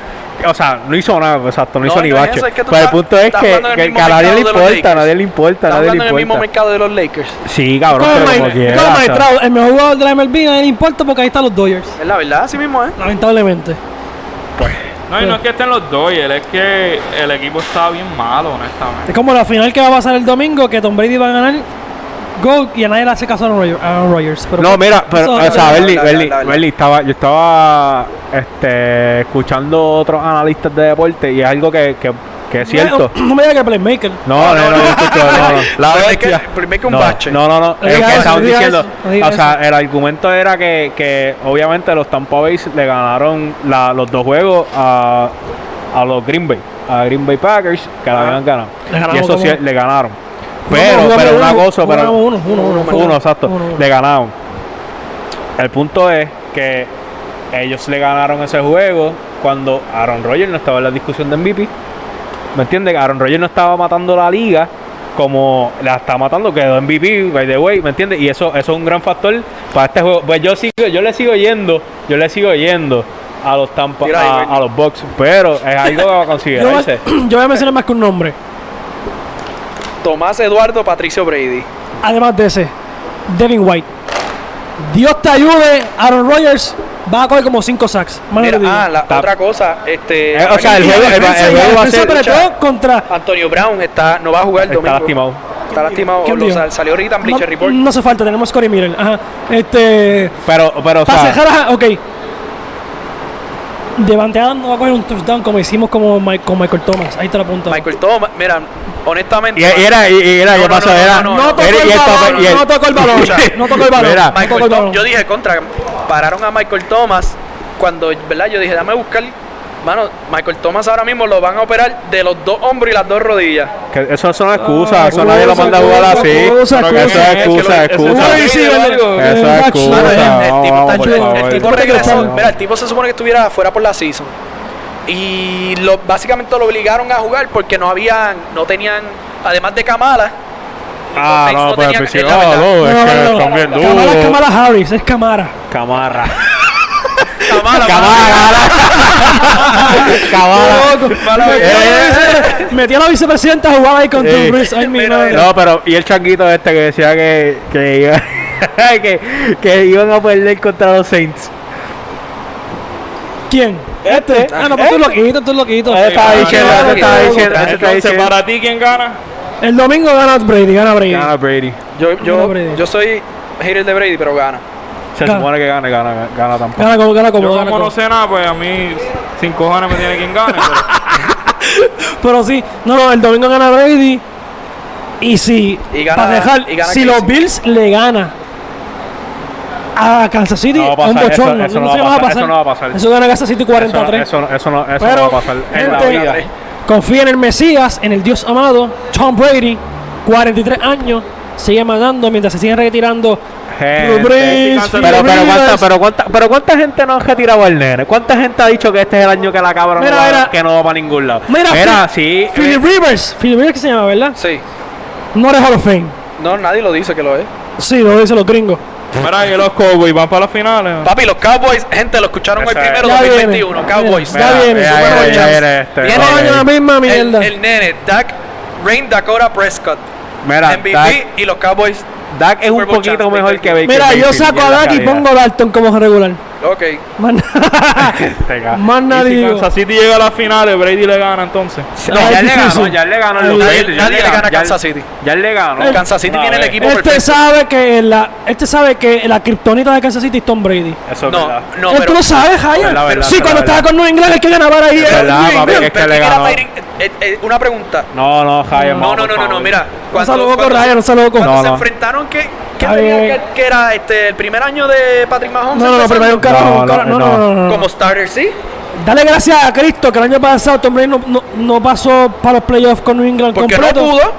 O sea, no hizo nada, pues, exacto, no, No, hizo ni no es bache. eso, es que tú pero el estás- punto es estás que, jugando en el que- mismo que a nadie le mercado de los importa, a nadie le importa, a Están nadie le jugando en el mismo importa. mercado de los Lakers. Sí, cabrón, Como pero como Mike- quiera, como o sea, Mike Trout, el mejor jugador de la MLB, nadie le importa porque ahí están los Dodgers. Es la verdad, así mismo, ¿eh? Lamentablemente. No, y no es que estén los Doyle, es que el equipo está bien malo, honestamente. Es como la final que va a pasar el domingo, que Tom Brady va a ganar Gold y a nadie le hace caso a Aaron Rodgers- a Aaron Rodgers. pero- pues, No, mira, pero, eso es o sea, otra- ver- Berli, la- la- Berli, la- la- Berli, estaba, yo estaba este, escuchando otros analistas de deporte y es algo que, que, que es cierto. No, me diga que Playmaker. No, no, no, yo escucho, no, no. La Primero que- bestia. primero que un no, bache. No, no, no. No es diga que eso, estaban no diga diciendo. eso, no diga o sea, el argumento era que, que obviamente los Tampa Bay le ganaron la- los dos juegos a, a los Green Bay, a Green Bay Packers, que la habían ganado. Le ganaron Y eso como- sí, le ganaron. Pero, Jugamos- pero jugamos una uno, cosa, pero. jugamos uno, uno, uno, Uno, exacto. uno, uno. Le ganaron. El punto es que ellos le ganaron ese juego cuando Aaron Rodgers no estaba en la discusión de MVP. ¿Me entiendes? Aaron Rodgers no estaba matando la liga como la está matando, quedó MVP, by the way, ¿me entiendes? Y eso, eso es un gran factor para este juego. Pues yo sigo, yo le sigo yendo, yo le sigo yendo a los Tampa, Tira ahí, a, Bernie. a los Bucks, pero es algo a Yo, voy considerarse. a- yo voy a mencionar más que un nombre. Tomás Eduardo Patricio Brady. Además de ese, Devin White. Dios te ayude, Aaron Rodgers va a coger como 5 sacks. Más no Mira, te digo. ah, la Está- otra cosa, este. Eh, o sea, el Y la juego- el- defensa- el y la juego va a defensa, ser- sobre todo contra. Antonio Brown está, no va a jugar el domingo. Está lastimado. Está lastimado, ¿Quién lo dijo? sal- salió ahorita en No, Bleacher Report. no hace falta, tenemos Corey Miller. Ajá. Este. Pero, pero, o Pase sea, Jara, ok. Devante Adams no va a coger un touchdown como hicimos como Mi- con Michael Thomas. Ahí te la apunta. Michael Thomas, mira, honestamente. Y, y era, y, y era, No, ¿qué no, pasó? no, era, no, no, no tocó era- el y balón, tope- y no tocó el balón, no tocó el balón. Mira, No tocó Michael el Tom- balón. yo dije contra, pararon a Michael Thomas cuando, ¿verdad? Yo dije, dame a buscar. Mano, Michael Thomas ahora mismo lo van a operar de los dos hombros y las dos rodillas. que eso son excusas, Ah, eso nadie lo excusa, manda a jugar excusa, así. excusa, Pero que Eso excusa. es excusa, Es que lo- eso excusa. es Uy, sí, Eh, el- algo. el- Eso es Max- excusa. Mano, el- el, tipo Vamos, está- por el- el favor. tipo Vete, regresó. vamos. Mira, el tipo se supone que estuviera fuera por la season. Y lo, básicamente lo obligaron a jugar porque no habían, no tenían, además de Kamala. Ah, Bates no, pues tenían- al principio, es la ah, verdad. no, es que uh. No, no, están bien no. Camara es duros. Camara Harris, es Camara. Camarra. Kamala, Camara. Camara. Eh, Metí a la vicepresidenta a jugar ahí con Sí. Drew Brees. Ay, mi Mira, madre. Eh, No, pero y el changuito este que decía que, que, iba- que, que iban a perder contra los Saints. ¿Quién? Este. Ah, no, pero tú lo quitas, tú lo Él quitas. Ah, estaba no, diciendo, no, él estaba no, diciendo, él estaba Entonces, diciendo. para ti, ¿quién gana? El domingo gana Brady, gana Brady. Gana Brady. Yo, Gana yo, Brady. yo soy hater de Brady, pero gana. Se Gana. supone que gana, gana, gana tampoco. Gana como, gana como, Yo gana como no como. sé nada, pues a mí sin cojones me tiene quien gane. pero- Pero sí, no, no, el domingo gana Brady. Y si, Y gana- para dejar, y gana si Casey. los Bills le gana a Kansas City, No va a un pasar, eso- bochorno. eso no sé va a qué pasar, eso no va a pasar. Eso gana Kansas City Eso, 43. no- eso, no- eso, no, eso Pero, no va a pasar en la gente, vida. Confía en el Mesías, en el Dios amado, Tom Brady, 43 años, sigue mandando mientras se siguen retirando. Gente. Drew Brees, Pero- Phil Pero, pero, ¿cuánta, Rivers. pero, cuánta, pero cuánta gente no ha retirado al nene? ¿Cuánta gente ha dicho que este es el año que la cabra Mira, no, va, mira. que no va para ningún lado? Mira, Phil- sí. Phil eh, Rivers, Phil Rivers que se llama, ¿verdad? Sí. No eres Hall of Fame. No, nadie lo dice que lo es. Sí, lo dicen los gringos. Mira, y los Cowboys van para las finales. Papi, los Cowboys, gente, lo escucharon hoy Esa es. primero, Ya viene. 2021. Cowboys. Ya mira, viene, mira, bueno, mira, ya. mira este, Viene ok. Coño, la misma El, mierda. el nene, Dak, Rain Dakota Prescott, Mira, MVP Dak, y los Cowboys. Dak es un Super Bowl poquito champion. mejor que Baker. Mira, yo Mayfield saco a en la Dak y calidad. pongo a Dalton como regular. Ok. Más nada. Este ca- Más Y nadie. si digo. Kansas City llega a las finales, Brady le gana entonces. No, Ah, ya es le ganó, difícil. ya le ganó. los Nadie, Patriots, ya nadie le gana a ya- Kansas City. Ya le ganó. Kansas City Una tiene el vez. equipo Este perfecto. sabe que la, este sabe que la kriptonita de Kansas City es Tom Brady. Eso es No, verdad. no, Él pero. tú lo sabes, Jaya. Verdad, verdad, sí, verdad, cuando estaba verdad. con New England, el que ganaba era ahí. Es era verdad, New papi, England. que es pero que le ¿quién era ganó. Tyreek? Eh, eh, Una pregunta. No, no, Jaime. No, no, no, no, no, mira. Un cuando- saludo cuando- con Ryan, un saludo con. cuando No, se no. enfrentaron, ¿qué, qué Está tenía bien. que, que era este, el primer año de Patrick Mahomes? No, no, no, empezando? primero un carajo, No, un no, carajo. No, no, no. no, no, no. Como starter, sí. Dale gracias a Cristo que el año pasado Tom Brady no, no, no pasó para los playoffs con New England Porque completo. no pudo.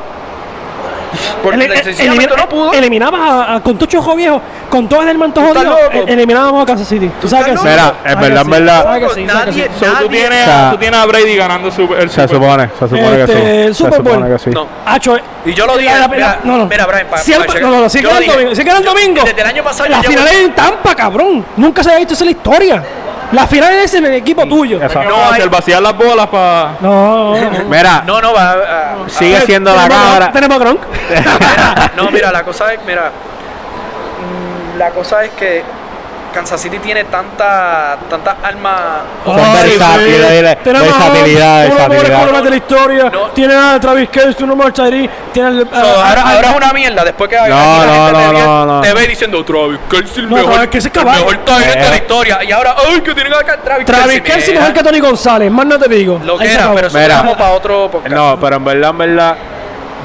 Porque Ele- sencillamente elimina- no pudo. Eliminabamos a, a- con Tucho Joviejo, con todo el manto estás jodido, loco? e- eliminábamos a Kansas City. ¿Tú sabes que estás sí? ¿Sabes loco? Mira, que es verdad, sí? es verdad. ¿Sabes que sí? ¿Sabes que sí? Nadie, So, tú, nadie. tienes, sea, a- tú tienes a Brady ganando super- el Se Super Bowl. supone, se supone que sí. Este, el Se Super Bowl. supone que sí. No. Acho, eh, Y yo lo dije. La- la- mira, no, no. mira, Brian, pa- Siempre- pa- no, no, no, sí que yo era lo el dije. domingo, sí que era el Yo- domingo. Desde el año pasado. la yo- final es en Tampa, cabrón. Nunca se había visto eso en la historia. La final es en el equipo tuyo. Mm, Exacto. No, No hay- hacer vaciar las bolas para. No, no, no. Mira, No, no, va. ah, a- a- sigue siendo la Tenemos a Gronk, cabra. Tenemos a Gronk. No, mira, la cosa es, mira, mm, la cosa es que Kansas City tiene tanta, tantas almas. Ay, Son versátiles, sí. dile, Tenemos a versatilidad, uno de los mejores versatilidad. colores de la historia. No. Tiene a Travis Kelce, uno más Tyree, tiene al- So, a- ahora, a- ahora es una mierda. Después que aquí no, no, te, no, no. te ve diciendo Travis Kelce el No, mejor. Travis Kelce es el caballo. mejor tight end de Eh. la historia. Y ahora, ¡ay! Que tienen acá a Travis Travis Kelce mejor que Tony González, más no te digo. Lo Ahí que se era, acabó. pero eso Mira. vamos para otro podcast. No, pero en verdad, en verdad,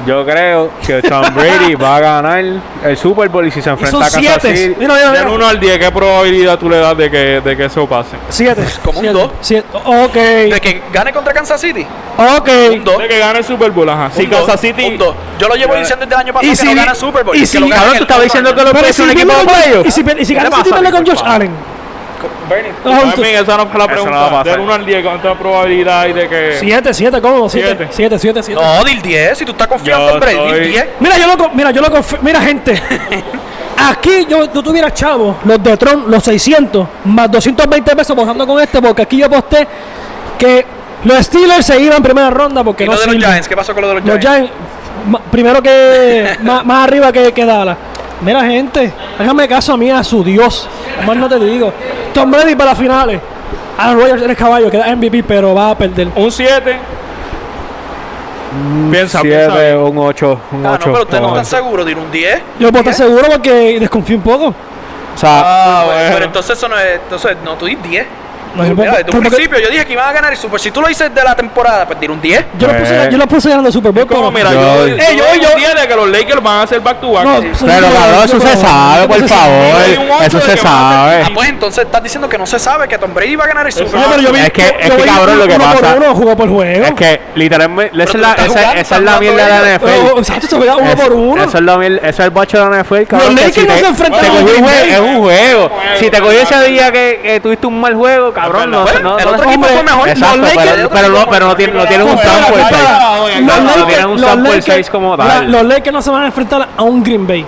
yo creo que Tom Brady va a ganar el Super Bowl y si se Y enfrenta son a Kansas siete. City. Mira, mira, Del mira. 1 al 10, ¿qué probabilidad tú le das de que, de que eso pase? Siete. Como un Siete. dos. Siete. De Ok. que gane contra Kansas City. Ok. Un dos. De que gane el Super Bowl, ajá. Si un Kansas dos, City. un dos. Yo lo llevo diciendo desde el año pasado que no gana Super Bowl. y que si- lo gana Cabrón, en tú el estabas otro diciendo que año. lo Pero es si un viene equipo con- playoff. y si per- y ¿Qué si le Kansas City pasa, pierde con Nico? Josh Allen. Bernie, Ah, También, entonces- Pues, esa no fue la Eso no pregunta. va a pasar. Del 1 al 10, ¿cuánta probabilidad hay de que. Siete, siete, cómodo. Siete, Siete. siete, siete, siete. No, del 10, si tú estás confiando, Yo hombre, soy- del 10. Mira, yo lo, con- mira, yo lo confío. Mira, gente. Aquí yo, yo tuviera chavo, los de Tron, los 600, más 220 pesos posando con este, porque aquí yo posté que los Steelers se iban en primera ronda porque ¿Y no lo de los sirven. Giants? ¿Qué pasó con lo de los Los Giants? Giants, ma- primero que, más, más arriba que, que Dallas. Mira, gente, hágame caso a mí, a su Dios. Más no te digo. Tom Brady para las finales. Aaron Rodgers eres caballo, que da MVP, pero va a perder. Un 7. Piensa, piensa. mm, Siete, un 8, un Ah, no, 8. pero ustedes no están seguros de ir un 10. Yo puedo estar seguro porque desconfío un poco. O sea, Ah, bueno. Pero entonces eso no es. Entonces, no, tú di 10. No, yo, Mira, puedo- desde un porque- principio yo dije que iban a ganar el Super. Si tú lo dices de la temporada, pues dir un 10. yo los puse, Eh. yo los puse ganando el Super Bowl. ¿Cómo? pero- Mira, Yo- yo, yo, Eh, yo- doy un yo- 10 de que los Lakers van a hacer back to back. No, Sí. sí, Pero yo- cabrón, yo eso se puedo- sabe, yo por puedo- favor. Yo le di un ocho Eso de se que van a sabe. hacer- Ah, pues entonces estás diciendo que no se sabe que Tom Brady va a ganar el Super. Oye, pero yo vi- Es que- yo- es yo que, vi cabrón, lo que uno pasa- por uno, jugó por juego. es que literalmente, esa tú es la, estás esa- esa jugando, es la estás mierda de jugando la Eh, NFL. o sea, esto se juega uno Es- por uno. Eso es, lo, mil- eso es el bocho de la NFL, cabrón. Los que Lakers no te- se enfrentan te a los cogió un Lakers. jue- Es un juego. Si te Juego, cogió ese claro. día que, que tuviste un mal juego, cabrón, no, Bueno, no, el no- otro equipo hombre, fue mejor. Exacto, los Lakers- pero, pero no, pero no tiene- no tienen un Espera, campo espera, exacto. espera, oye, Los no, no Lakers- tienen un los sample Lakers- size como tal. la- los Lakers no se van a enfrentar a un Green Bay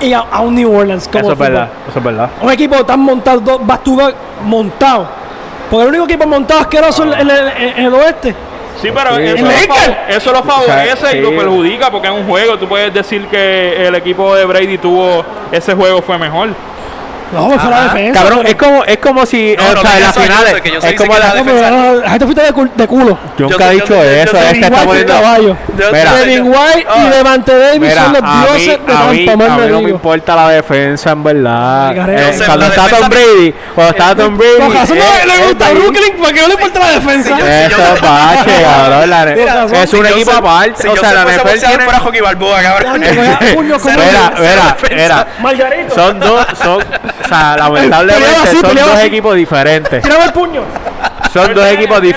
y a, a un New Orleans. Como Eso es fútbol. verdad, eso es verdad. Un equipo tan montado, dos bastuga montado. Porque el único equipo montado asqueroso en, en el- en el oeste. Sí, pero Sí, eso, pero- lo Lakers. fav- eso lo favorece O sea, y lo sí. perjudica porque es un juego. Tú puedes decir que el equipo de Brady tuvo ese juego fue mejor. No, fue la defensa. Cabrón, pero- es como, es como si, No, o no sea, en digas las eso, yo sé finales, que yo sé es que como sí que la... la No, pero la- la gente Ah, este fuiste de, cul- de culo. Yo yo nunca he sé- yo dicho sé- eso, yo sé- este está Igual que el poniendo... caballo. Yo- Mira. yo- Devin White y Ah. Devante Davis Oh. Mira, son los a mí, dioses de a mí, Tampa, a más mí no no me digo. importa la defensa, en verdad. Garrett. Eh, Yo sé, cuando la está Tom defensa- Brady, cuando está Tom Brady... Con razón eh, no le eh, gusta a Brooklyn porque no le importa la defensa. yo- Eso yo- es bache, cabrón. la- Mira, es un Si yo equipo se- aparte. Si o yo sea, se la fuese NFL boxeador, tiene... fuera Joaquín Balboa, cabrón. pues, Tanto, vea, puño con Espera, uña. Mira, mira, defensa. mira. Margarito. Son dos, son, o sea, lamentablemente Peleaba así, son peleaba dos así. equipos diferentes. Tiraba el puño. Son dos Tiene- equipos tiene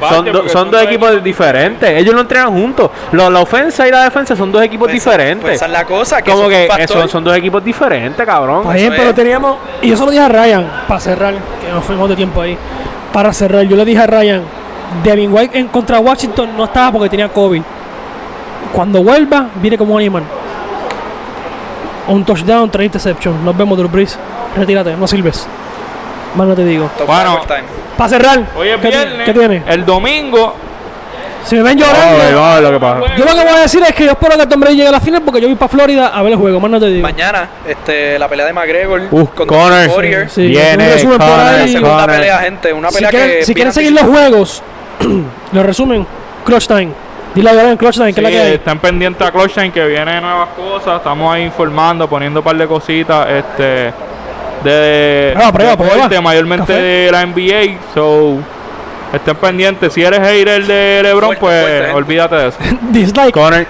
razón, Son, Vázquez, do- porque son dos equipos diferentes. Ellos no entrenan juntos. Lo- la ofensa y la defensa son dos equipos Pues- pues diferentes. esa es la cosa. Que Como eso es que un factor. eso, son dos equipos diferentes, cabrón. Oye, eso Pues pero es. teníamos. Y yo se lo dije a Ryan para cerrar, que nos fuimos de tiempo ahí. Para cerrar, yo le dije a Ryan: Devin White en contra Washington no estaba porque tenía COVID. Cuando vuelva, viene como un animal. Un touchdown, tres interceptions. Nos vemos, Drew Brees. Retírate, no sirves. Más no te digo. Top Bueno. overtime. Para cerrar, Hoy es ¿qué, ti- viernes. qué tiene? El domingo. Si me ven llorando. Vamos, vamos, lo que pasa. Yo lo que voy a decir es que yo espero que Tom Brady llegue a la final porque yo voy para Florida a ver el juego, más no te digo. Mañana, este, la pelea de McGregor Uh, Connor. Warrior. Sí, Viene, un resumen por Connor, ahí. La segunda Connor. pelea, gente. Ah, Una Si pelea quieren, que. si quieren bien seguir los juegos, los resumen, Clutch Time. Dile a Llorén, Clutch Time, que Sí, es la que hay. están pendientes a Clutch Time, que viene nuevas cosas. Estamos ahí informando, poniendo un par de cositas. Este. De. Prueba, Ah, prueba, deporte, prueba. Mayormente Café. de la NBA. So. Estén pendientes. Si eres hater de LeBron, Fuerte, pues fuerte, gente. olvídate de eso. eh, Dislike. Connor,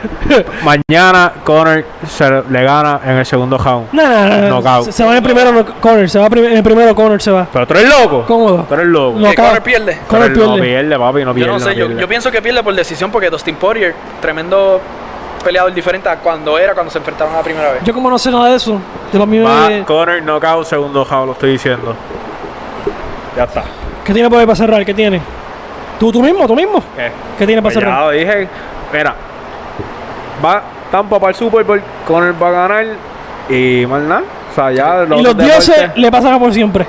mañana Connor se le gana en el segundo round. Nah, nah, nah, nah. Knockout. Se, se va en el primero no- Connor, se va pri- en el primero Connor, se va. Pero tú eres loco. Cómodo. Tú eres loco. No. Que Connor pierde. Pero Connor él no pierde. pierde, papi, no Yo pierde. no sé, yo, pierde. yo pienso que pierde por decisión porque Dustin Poirier, tremendo peleador diferente a cuando era cuando se enfrentaron la primera vez. Yo como no sé nada de eso, de los míos eh, Va de- Connor knockout, segundo round, lo estoy diciendo. Ya está. ¿Qué tiene por ahí para cerrar? ¿Qué tiene? ¿Tú, tú mismo? ¿Tú mismo? ¿Qué? ¿Qué tiene para Pues ya cerrar? lo dije. Mira, va Tampa para el Super Bowl, Connor va a ganar y más nada. O sea, ya Y los deportes- dioses le pasan a por siempre.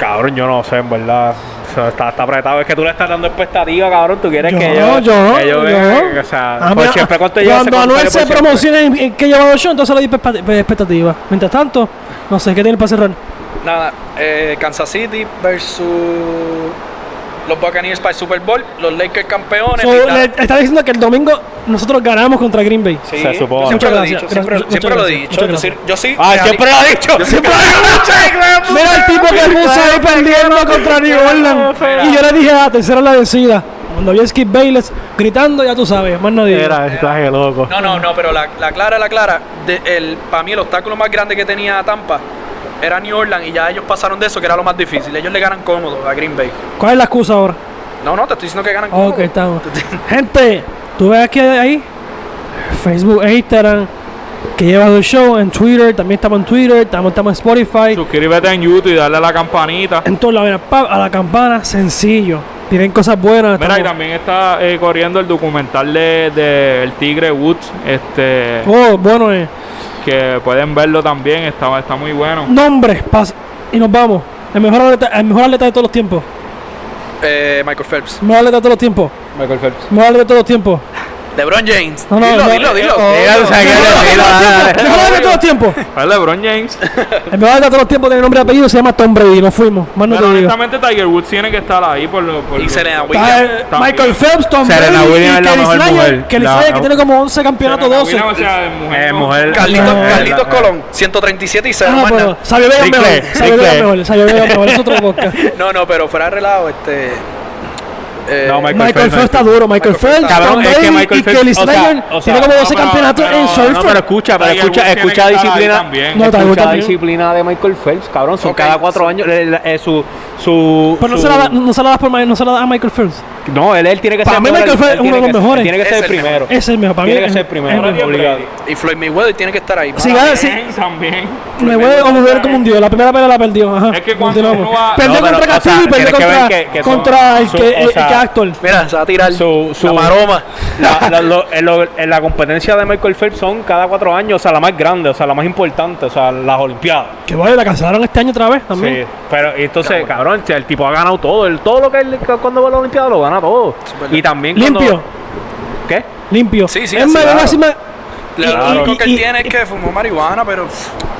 Cabrón, yo no sé, en verdad. Eso está, está apretado. Es que tú le estás dando expectativa, cabrón. Tú quieres Yo que no, yo. yo no, que yo venga, no. O sea, Ah, por mira, siempre cuánto lleva ese Cuando Anuel se comentario por siempre? promociona en, en que lleva dos shows, entonces le di expecta- expectativa. Mientras tanto, no sé, ¿qué tiene para cerrar? Nada, eh, Kansas City versus los Buccaneers para el Super Bowl, los Lakers campeones. So, Milano- le está diciendo que el domingo nosotros ganamos contra Green Bay. Sí, Se supone. yo siempre Muchas lo he gracias, dicho, siempre, gracias, siempre muchas lo he gracias, dicho. muchas Yo, sí- yo sí, Ah, reali- siempre lo ha dicho. siempre lo he dicho. Mira el tipo que puso ahí perdiendo contra New Orleans. Y yo le dije, ah, tercera es la vencida. Cuando vi a Skip Bayless gritando, ya tú sabes, más nadie. Era, estás de loco. No, no, no, pero la, la clara, la clara, de- el, para mí el obstáculo más grande que tenía Tampa era New Orleans y ya ellos pasaron de eso, que era lo más difícil. Ellos le ganan cómodo a Green Bay. ¿Cuál es la excusa ahora? No, no, te estoy diciendo que ganan cómodo. Oh, Ok, estamos. Gente, tú ves aquí ahí, Facebook e Instagram, que lleva dos shows, en Twitter, también estamos en Twitter, estamos, estamos en Spotify, Suscríbete en YouTube y dale a la campanita. en todos lados, mira, pa, a la campana, sencillo. Tienen cosas buenas. Mira, y estamos- también está eh, corriendo el documental de, de El Tigre Woods, este, Oh, bueno, eh. que pueden verlo también, está, está muy bueno. Nombres, pas- y nos vamos. El mejor atleta, el mejor atleta de todos los tiempos. Eh, Michael Phelps. El mejor atleta de todos los tiempos. Michael Phelps. El mejor atleta de todos los tiempos. LeBron James. No, no, dilo, no. eh, dilo, dilo. Mira, o sea, que- El mejor atleta de todos los tiempos. Es LeBron James. El mejor atleta de todos los tiempos tiene nombre y apellido, se llama Tom Brady. Nos fuimos. Más no Pero te digo. honestamente Tiger Woods tiene que estar ahí por lo... Por Y lo- Serena Está, Williams. eh, También. Michael Phelps, Tom Serena Brady Williams y es la Kelly mejor Slayer. mujer. Kelly La- Slayer, que la- tiene como 11 campeonatos, Serena 12. Williams, o sea, mujer, Eh, no. mujer. Carlitos, No, Carlitos la- Colón, 137 y 0. eh, Ah, pero Sabio Vega es Rick mejor. Flair, Sabio Rick Vega es Flair. mejor. Sabio Vega es mejor. Es otro podcast. No, no, pero fuera de relajo, este. eh, No, Michael Michael Phelps, Phelps está Michael duro. Michael Phelps, Cabrón, Tom es que Brady Michael y Phelps- Kelly o sea, Slayer o sea, tienen como 12 no, pero- campeonatos pero- en no, surf. No, pero escucha, pero Tiger escucha, Woods tiene escucha que estar ahí disciplina. también. No, Tiger Woods Escucha la también. disciplina de Michael Phelps, cabrón. Son Ok. cada cuatro años. le- le- eh, su, su, Pero no su- se la da- no se la das por Mike- no se la das a Michael Phelps. No, él, él tiene que Para ser mí el Michael él Phelps es tiene uno de los que- mejores. Tiene que Es ser el el primero. Ese es el mejor. Para mí Tiene que es- ser es primero. el mejor. obligado. Y Floyd Mayweather tiene que estar ahí. Si mano. gana, si, También, también. me voy a volver como un dios. La primera pelea la perdió. Ajá. Es que cuando Continuamos. uno va- No, Perdió pero, contra o sea, Castillo y perdió tienes que contra, ver que- que son- contra el son- que, o el que sea, actor. Mira, se va a tirar Su- su- la maroma. La, la- lo- en lo- en la competencia de Michael Phelps son cada cuatro años, o sea, la más grande, o sea, la más importante, o sea, las Olimpiadas. Que vale, la cancelaron este año otra vez también. Sí, pero entonces, cabrón, si el tipo ha ganado todo. el- todo lo que él, cuando va a la Olimpiada lo gana todo. verdad. Y también cuando- Limpio, ¿Qué? limpio. Sí, sí, es así, más, claro. máxima- Lo y- único que y- él tiene es que fumó marihuana, pero.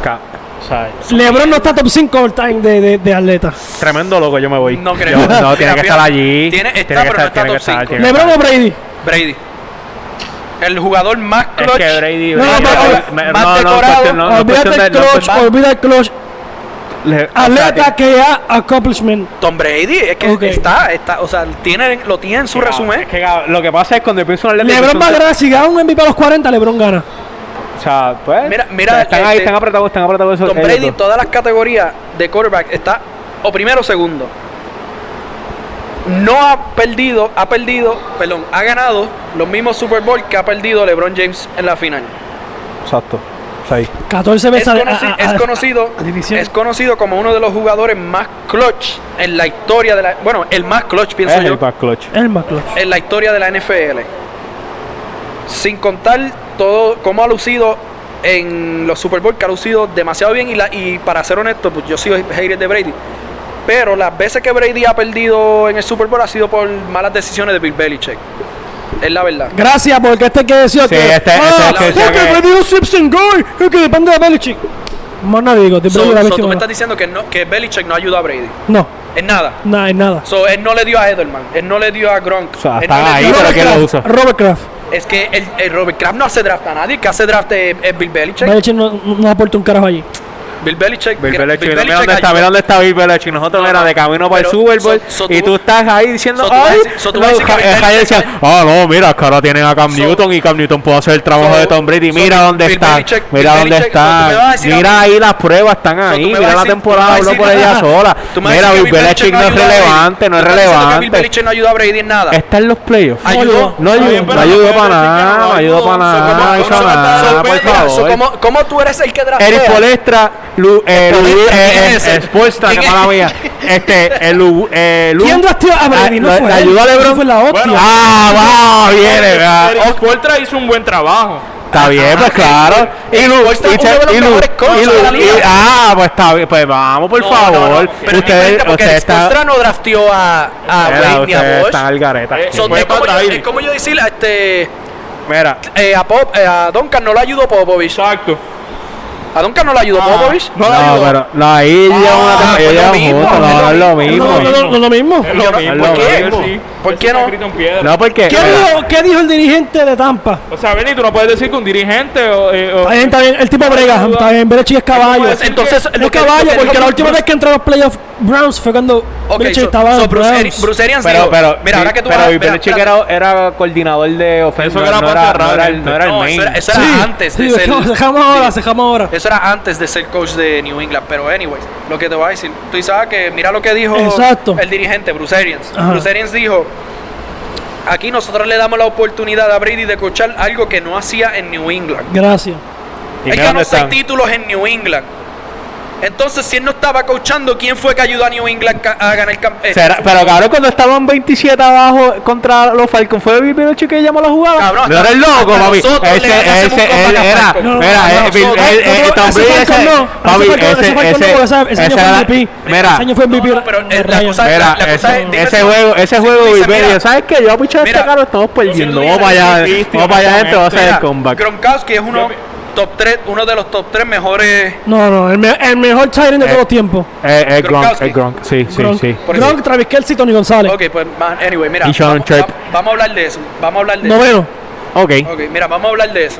Ca- o sea, LeBron no está top 5 all time de, de, de atletas. tremendo loco, yo me voy. No creo. Yo- no, tiene Mira, que estar allí. tiene- está, que pero no está tiene top que estar, cinco. tiene que ¿LeBron o estar. Brady? Brady. El jugador más Es clutch. que Brady. No, Brady- pero- Brady- me- más no, no, decorado, cuestión- no, no, olvídate cuestión el de- no, clutch, cuestión- olvida el clutch. le- o sea, Atleta tiene- que ha accomplishment. Tom Brady, es que Ok. está, está, o sea, tiene, lo tiene en su Claro, resumen. es que, cabrón, lo que pasa es cuando yo pienso en atleta, LeBron pienso va a en- ganar. Si gana un MVP a los 40, LeBron gana. O sea, pues. Mira, mira, o sea, están ahí, este- están apretados, están apretados. esos- Tom ellos Brady, dos. todas las categorías de quarterback está o primero o segundo. No ha perdido, ha perdido, perdón, ha ganado los mismos Super Bowl que ha perdido LeBron James en la final. Exacto. O sea, ahí. 14 Es, veces Pues, a- conoci- a- a- es a- conocido, a división. es conocido como uno de los jugadores más clutch en la historia de la, bueno, el más clutch pienso Es yo. el back clutch. El más clutch. en la historia de la NFL. Sin contar todo cómo ha lucido en los Super Bowl, que ha lucido demasiado bien. Y, la, y para ser honesto, pues yo soy hater de Brady. Pero las veces que Brady ha perdido en el Super Bowl ha sido por malas decisiones de Bill Belichick. Es la verdad. Gracias, porque este que decía Sí, que. este- ah, este es el que porque decía que- Brady es Simpson Guy, es que depende de Belichick. Más nada digo, te So, Brady la so tú víctima. me estás diciendo que, no, que Belichick no ayudó a Brady. No, En nada. nada, es nada. So, él no le dio a Edelman, él no le dio a Gronk. O sea, él están no le ahí, dio a- pero ¿quién lo usa? Robert Kraft. Es que el, el Robert Kraft no hace draft a nadie, que hace draft es, es Bill Belichick. Belichick no, no aporta un carajo allí. Bill Belichick. Bill Bill Belichick, Belichick mira dónde está, ayudó. mira dónde está Bill Belichick. Nosotros No, era no, de camino para el pero Super Bowl so- so y tú- tú estás ahí diciendo, so tú vas a ay, decir- so tú vas a los decir que Bill ja- Jalen Belichick- decían, ah, no, mira, que ahora tienen a Cam So- Newton y Cam Newton puede hacer el trabajo so- de Tom Brady. so Mira dónde Bill están, Belichick- mira Bill dónde Belichick, so tú me vas a están, decir mira ahí las pruebas están tú ahí, me vas mira la a decir- tú me temporada vas a habló por decir- ella sola. Tú me Mira, dices que Bill Belichick no es ayuda a Brady. relevante, no es Tú estás diciendo que Bill relevante. Belichick no ayuda a Brady en nada. Está en los playoffs. Ayudó. No ayudó, pero no ayudó para no puede decir que nada, no no ayudó para nada, no hizo nada, por So, favor. ¿cómo, ¿Cómo tú eres el que draftea? Eric Polestra, Lu, eh, Lu, Este, ¿quién eh, es eh, ese? Spolstra, ¿Quién que es? mala mía. Este, eh, Lu, eh, Lu. ¿Quién drafteó a Brady? No Ah, fue la- él. ayudó a Eso LeBron. fue la hostia. Ah, wow, viene, Eric ¿verdad? Spoelstra hizo un buen trabajo. Está bien, pues claro. Y Lu, Costa, y uno de los Che- y Lu- mejores coaches y Lu- de la liga. y- ah, pues está bien, pues vamos, por No, no, no, favor. Pero Ustedes, ustedes, porque ustedes Spolstra están, no drafteó a, a Mira, Wade ni a ustedes Bosch. están al gareta. Eh, Son- Fue es, como yo, para es Ivy. como yo decirle a este. Mira, eh, a, Pop, eh, a Duncan no lo ayudó Popovich. Exacto. A Duncan no lo ayudó Popovich. no, pero no, ahí llevan una no es ellos lo llevan mismo, juntos, no no, es no es lo No, mismo. no, no, no es lo mismo. Es Yo lo no- mismo. ¿Por qué? Eso sí. ¿Por Eso qué está no? escrito en piedra. No, ¿Qué porque dijo, qué dijo el dirigente de Tampa? O sea, Benny, tú no puedes decir que un dirigente o... eh, o- Está bien, está bien, el tipo brega, está bien, Belichick es caballo. Es Entonces, Es caballo, porque la última vez que entró a los playoffs Browns fue cuando Okay, Belichick so, estaba en so los Bruce, Eri- Browns. Bruce Arians Pero, dijo, pero, mira, ahora que tú pero vas a- Bill mira, Belichick espérate. era, era coordinador de ofensa. Eso era no, para era, cerrar, no era el- gente. no era el No, main. eso era, eso era antes de sí, ser, dejamos- dejamos ahora, dejamos ahora. eso era antes de ser coach de New England, pero anyways, lo que te voy a decir, tú sabes que mira lo que dijo Exacto. el dirigente Bruce Arians. Ajá. Bruce Arians dijo, aquí nosotros le damos la oportunidad a Brady de coachar algo que no hacía en New England. Gracias. ¿Y Él mira ganó dónde seis están? títulos en New England. Entonces, si él no estaba coachando, ¿quién fue que ayudó a New England ca- a ganar el eh, campeonato? Será- pero cabrón, cuando estaban 27 abajo contra los Falcons, fue Bill Belichick que llamó la jugada. Cabrón, no hasta- eres loco, hasta papi. nosotros le Ese, hacemos ese, un comeback él a era. Falcons. No, no, Mira, no, eh, Bill- nosotros- él- Ese eh, Tom Falcon Brady, no, ese. ese Papi, Falcon no, ese ese, Falcon no, ese. porque ese- ese año fue era- MVP. Mira, Ese año fue MVP. No, no, pero, eh, la Ryan. cosa- Mira, la eh, cosa es- dime ese tú- juego, ese tú juego, dices, Bill Belichick, mira, ¿sabes qué? Yo voy a pichar este mira, caro, estamos perdiendo. Vamos para allá, sí, sí, vamos para allá, gente, va a hacer el Mira, comeback. Gronkowski es uno, top tres, uno de los top 3 mejores. No, no, el, me- el mejor Tyrant de Eh, todos los tiempos. Eh, eh, Gronk, Gronkowski. eh, Gronk, sí, sí, Gronk, sí. Por Gronk, eso- Travis Kelce y Tony González. Ok, pues, man, anyway, mira. Y Sharon vamos, va- Sharp. vamos a hablar de eso. Vamos a hablar de eso. Noveno. Ok. Ok, mira, vamos a hablar de eso.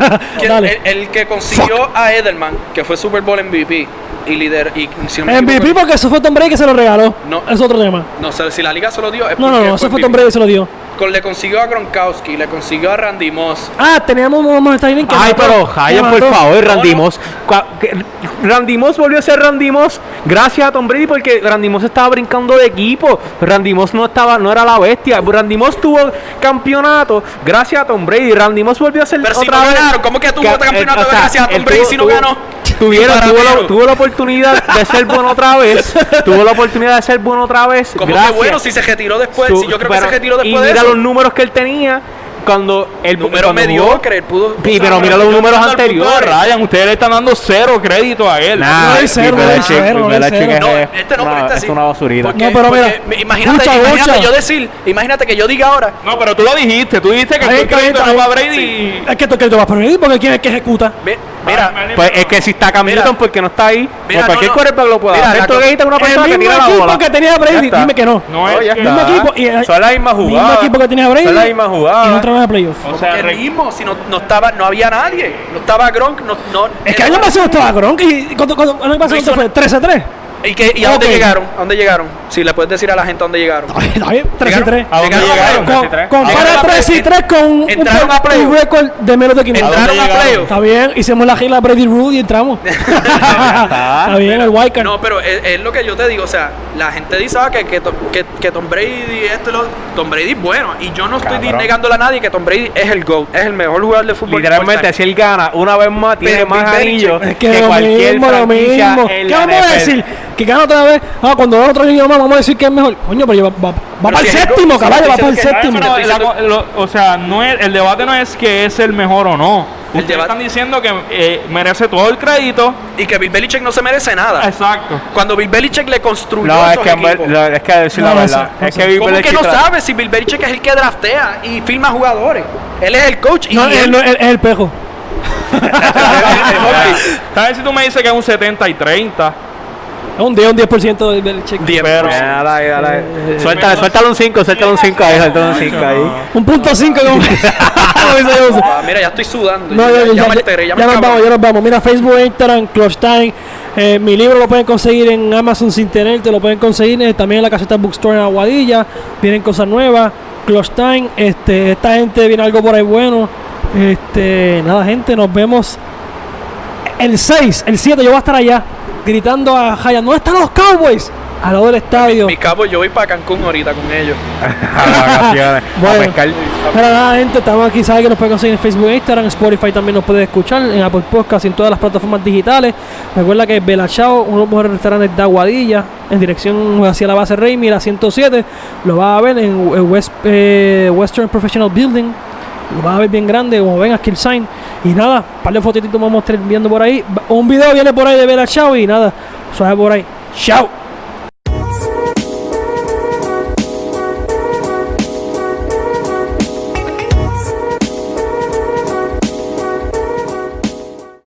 Ah, Que el, Dale. el que consiguió a Edelman, que fue Super Bowl MVP y líder. Y, si no me MVP equivoco, porque eso fue Tom Brady que se lo regaló. No. Es otro tema. No sé si la liga se lo dio. es No, no, porque no, eso fue MVP. Tom Brady que se lo dio. Con, le consiguió a Gronkowski, le consiguió a Randy Moss. Ah, teníamos unos más Tyrant que. Ay, mató- pero que Jaya, por mató. favor, Randy No, no. Moss. Cua- que- Randy Moss volvió a ser Randy Moss gracias a Tom Brady porque Randy Moss estaba brincando de equipo. Randy Moss no estaba, no era la bestia. Randy Moss tuvo campeonato gracias a Tom Brady. Randy Moss volvió a ser Pero si otra no vez- eh, ganaron, ¿cómo que tuvo otro campeonato o sea, gracias a Tom él Brady tuvo- si no tuvo- ganó? Tuvieron, Para tuvo, la, menos. tuvo la oportunidad de ser bueno otra vez. tuvo la oportunidad de ser bueno otra vez. Como que gracias. bueno, si se retiró después. Su- si yo creo pero- que se retiró y después de mira eso. los números que él tenía cuando el Número mediocre, él pudo. Sí, pero mira los números anteriores. Ryan, ustedes le están dando cero crédito a él. No hay cero, no hay cero, no hay cero. No, eh. este no, pero este es sí. una basurita. Porque- No, pero mira, porque Imagínate, lucha, imagínate lucha. yo decir, imagínate que yo diga ahora. No, pero tú lo dijiste. Tú dijiste que Ahí el está, crédito ahí no está, va a ahí. Brady. y- Ah, Es que tú que te vas a permitir porque quién es el que ejecuta. mi- Mira, Pues es que si está Cam Mira. Newton, ¿por qué no está ahí? Mira, o cualquier no, no. quarterback lo puede Mira, hacer. la Tú co- necesitas una persona el que mismo tira la equipo bola. que tenía Brady, está. dime que no. No, es No, ya que- el mismo está. equipo y el Son las mismas jugadas. mismo equipo que tenía Brady. Son las mismas jugadas. Y no entraron a playoff. O sea, el re- mismo, si no, no estaba, no había nadie. No estaba Gronk, no, no Es que el año pasado estaba Gronk y cuando, cuando, el año pasado No ¿cuánto hizo fue 13 a 3. ¿Y, qué- y a dónde Ok. llegaron? ¿A dónde llegaron? Si le puedes decir a la gente a dónde llegaron. Está bien, 13 a 3. ¿A dónde Llegaron a llegaron? playoff. Con, compara Llegaron a 3 y play- 3 con un, entraron a un playoff. récord de menos de 500. Entraron a playoff. Está bien, hicimos la gira Brady Rude y entramos. está bien, el Wildcard. No, pero es, es lo que yo te digo. O sea, la gente dice ah, que, que, Tom- que- que Tom Brady esto y lo otro. Tom Brady es bueno. Y yo no estoy Cabrón. negándole a nadie que Tom Brady es el GOAT. Es el mejor jugador de fútbol. Literalmente, si él gana una vez más, tiene Pero más Bill Belichick- anillos es que, que, lo cualquier mismo, lo franquicia mismo. en ¿Qué la vamos a NFL. decir? Que gana otra vez. Ah, cuando gana otro año más, vamos a decir que es mejor. Coño, pero va, va, va para el si es séptimo, Gronk, si caballo, tú va para el dices que- séptimo. Pero Estoy la co- lo- o sea, no es- el debate no es que es el mejor o no. El Ustedes debate- están diciendo que eh, merece todo el crédito. Y que Bill Belichick no se merece nada. Exacto. Cuando Bill Belichick le construyó No, es esos que, en ver- equipos. no, es que a decir la No, no sé, verdad. no Es sé. que Bill ¿Cómo que Belichick no tra- sabe si Bill Belichick es el que draftea y firma jugadores? Él es el coach y No, él- él no- él- es el pejo. ¿Sabes si tú me dices que es un 70 y 30? Es un 10, un 10% del- del cheque. 10 Pero- pesos. Dale, dale, Eh, dale. Suéltale, suéltale un 5, suéltale un 5 ahí, suéltale un 5 ahí. Un punto 5 como lo hizo Joseph. Ah, mira, ya estoy sudando. No, ya, ya, ya, me alteré, ya ya, me nos acabo. vamos, ya nos vamos. Mira, Facebook, Instagram, Clutch Time. Eh, mi libro lo pueden conseguir en Amazon sin tener, te lo pueden conseguir eh, también en la caseta Bookstore en Aguadilla. Vienen cosas nuevas. Clutch Time, este, esta gente viene algo por ahí bueno. Este, nada, gente, nos vemos el 6, el 7. Yo voy a estar allá gritando a Jaya: ¿Dónde están los Cowboys? Al lado del estadio. Mi cabo, yo voy para Cancún ahorita con ellos. Ah, A vacaciones, Bueno. a pescar. Pero nada, gente, estamos aquí. Sabes que nos pueden conseguir en Facebook, Instagram, Spotify también nos puedes escuchar, en Apple Podcast y en todas las plataformas digitales. Recuerda que Bela Chao, uno de los mejores restaurantes de Aguadilla, en dirección hacia la base Rey, mira 107, lo vas a ver en West, eh, Western Professional Building. Lo vas a ver bien grande, como ven aquí el sign. Y nada, un par de fotitos vamos a estar viendo por ahí. Un video viene por ahí de Vela Chao y nada, suave por ahí. ¡Chao!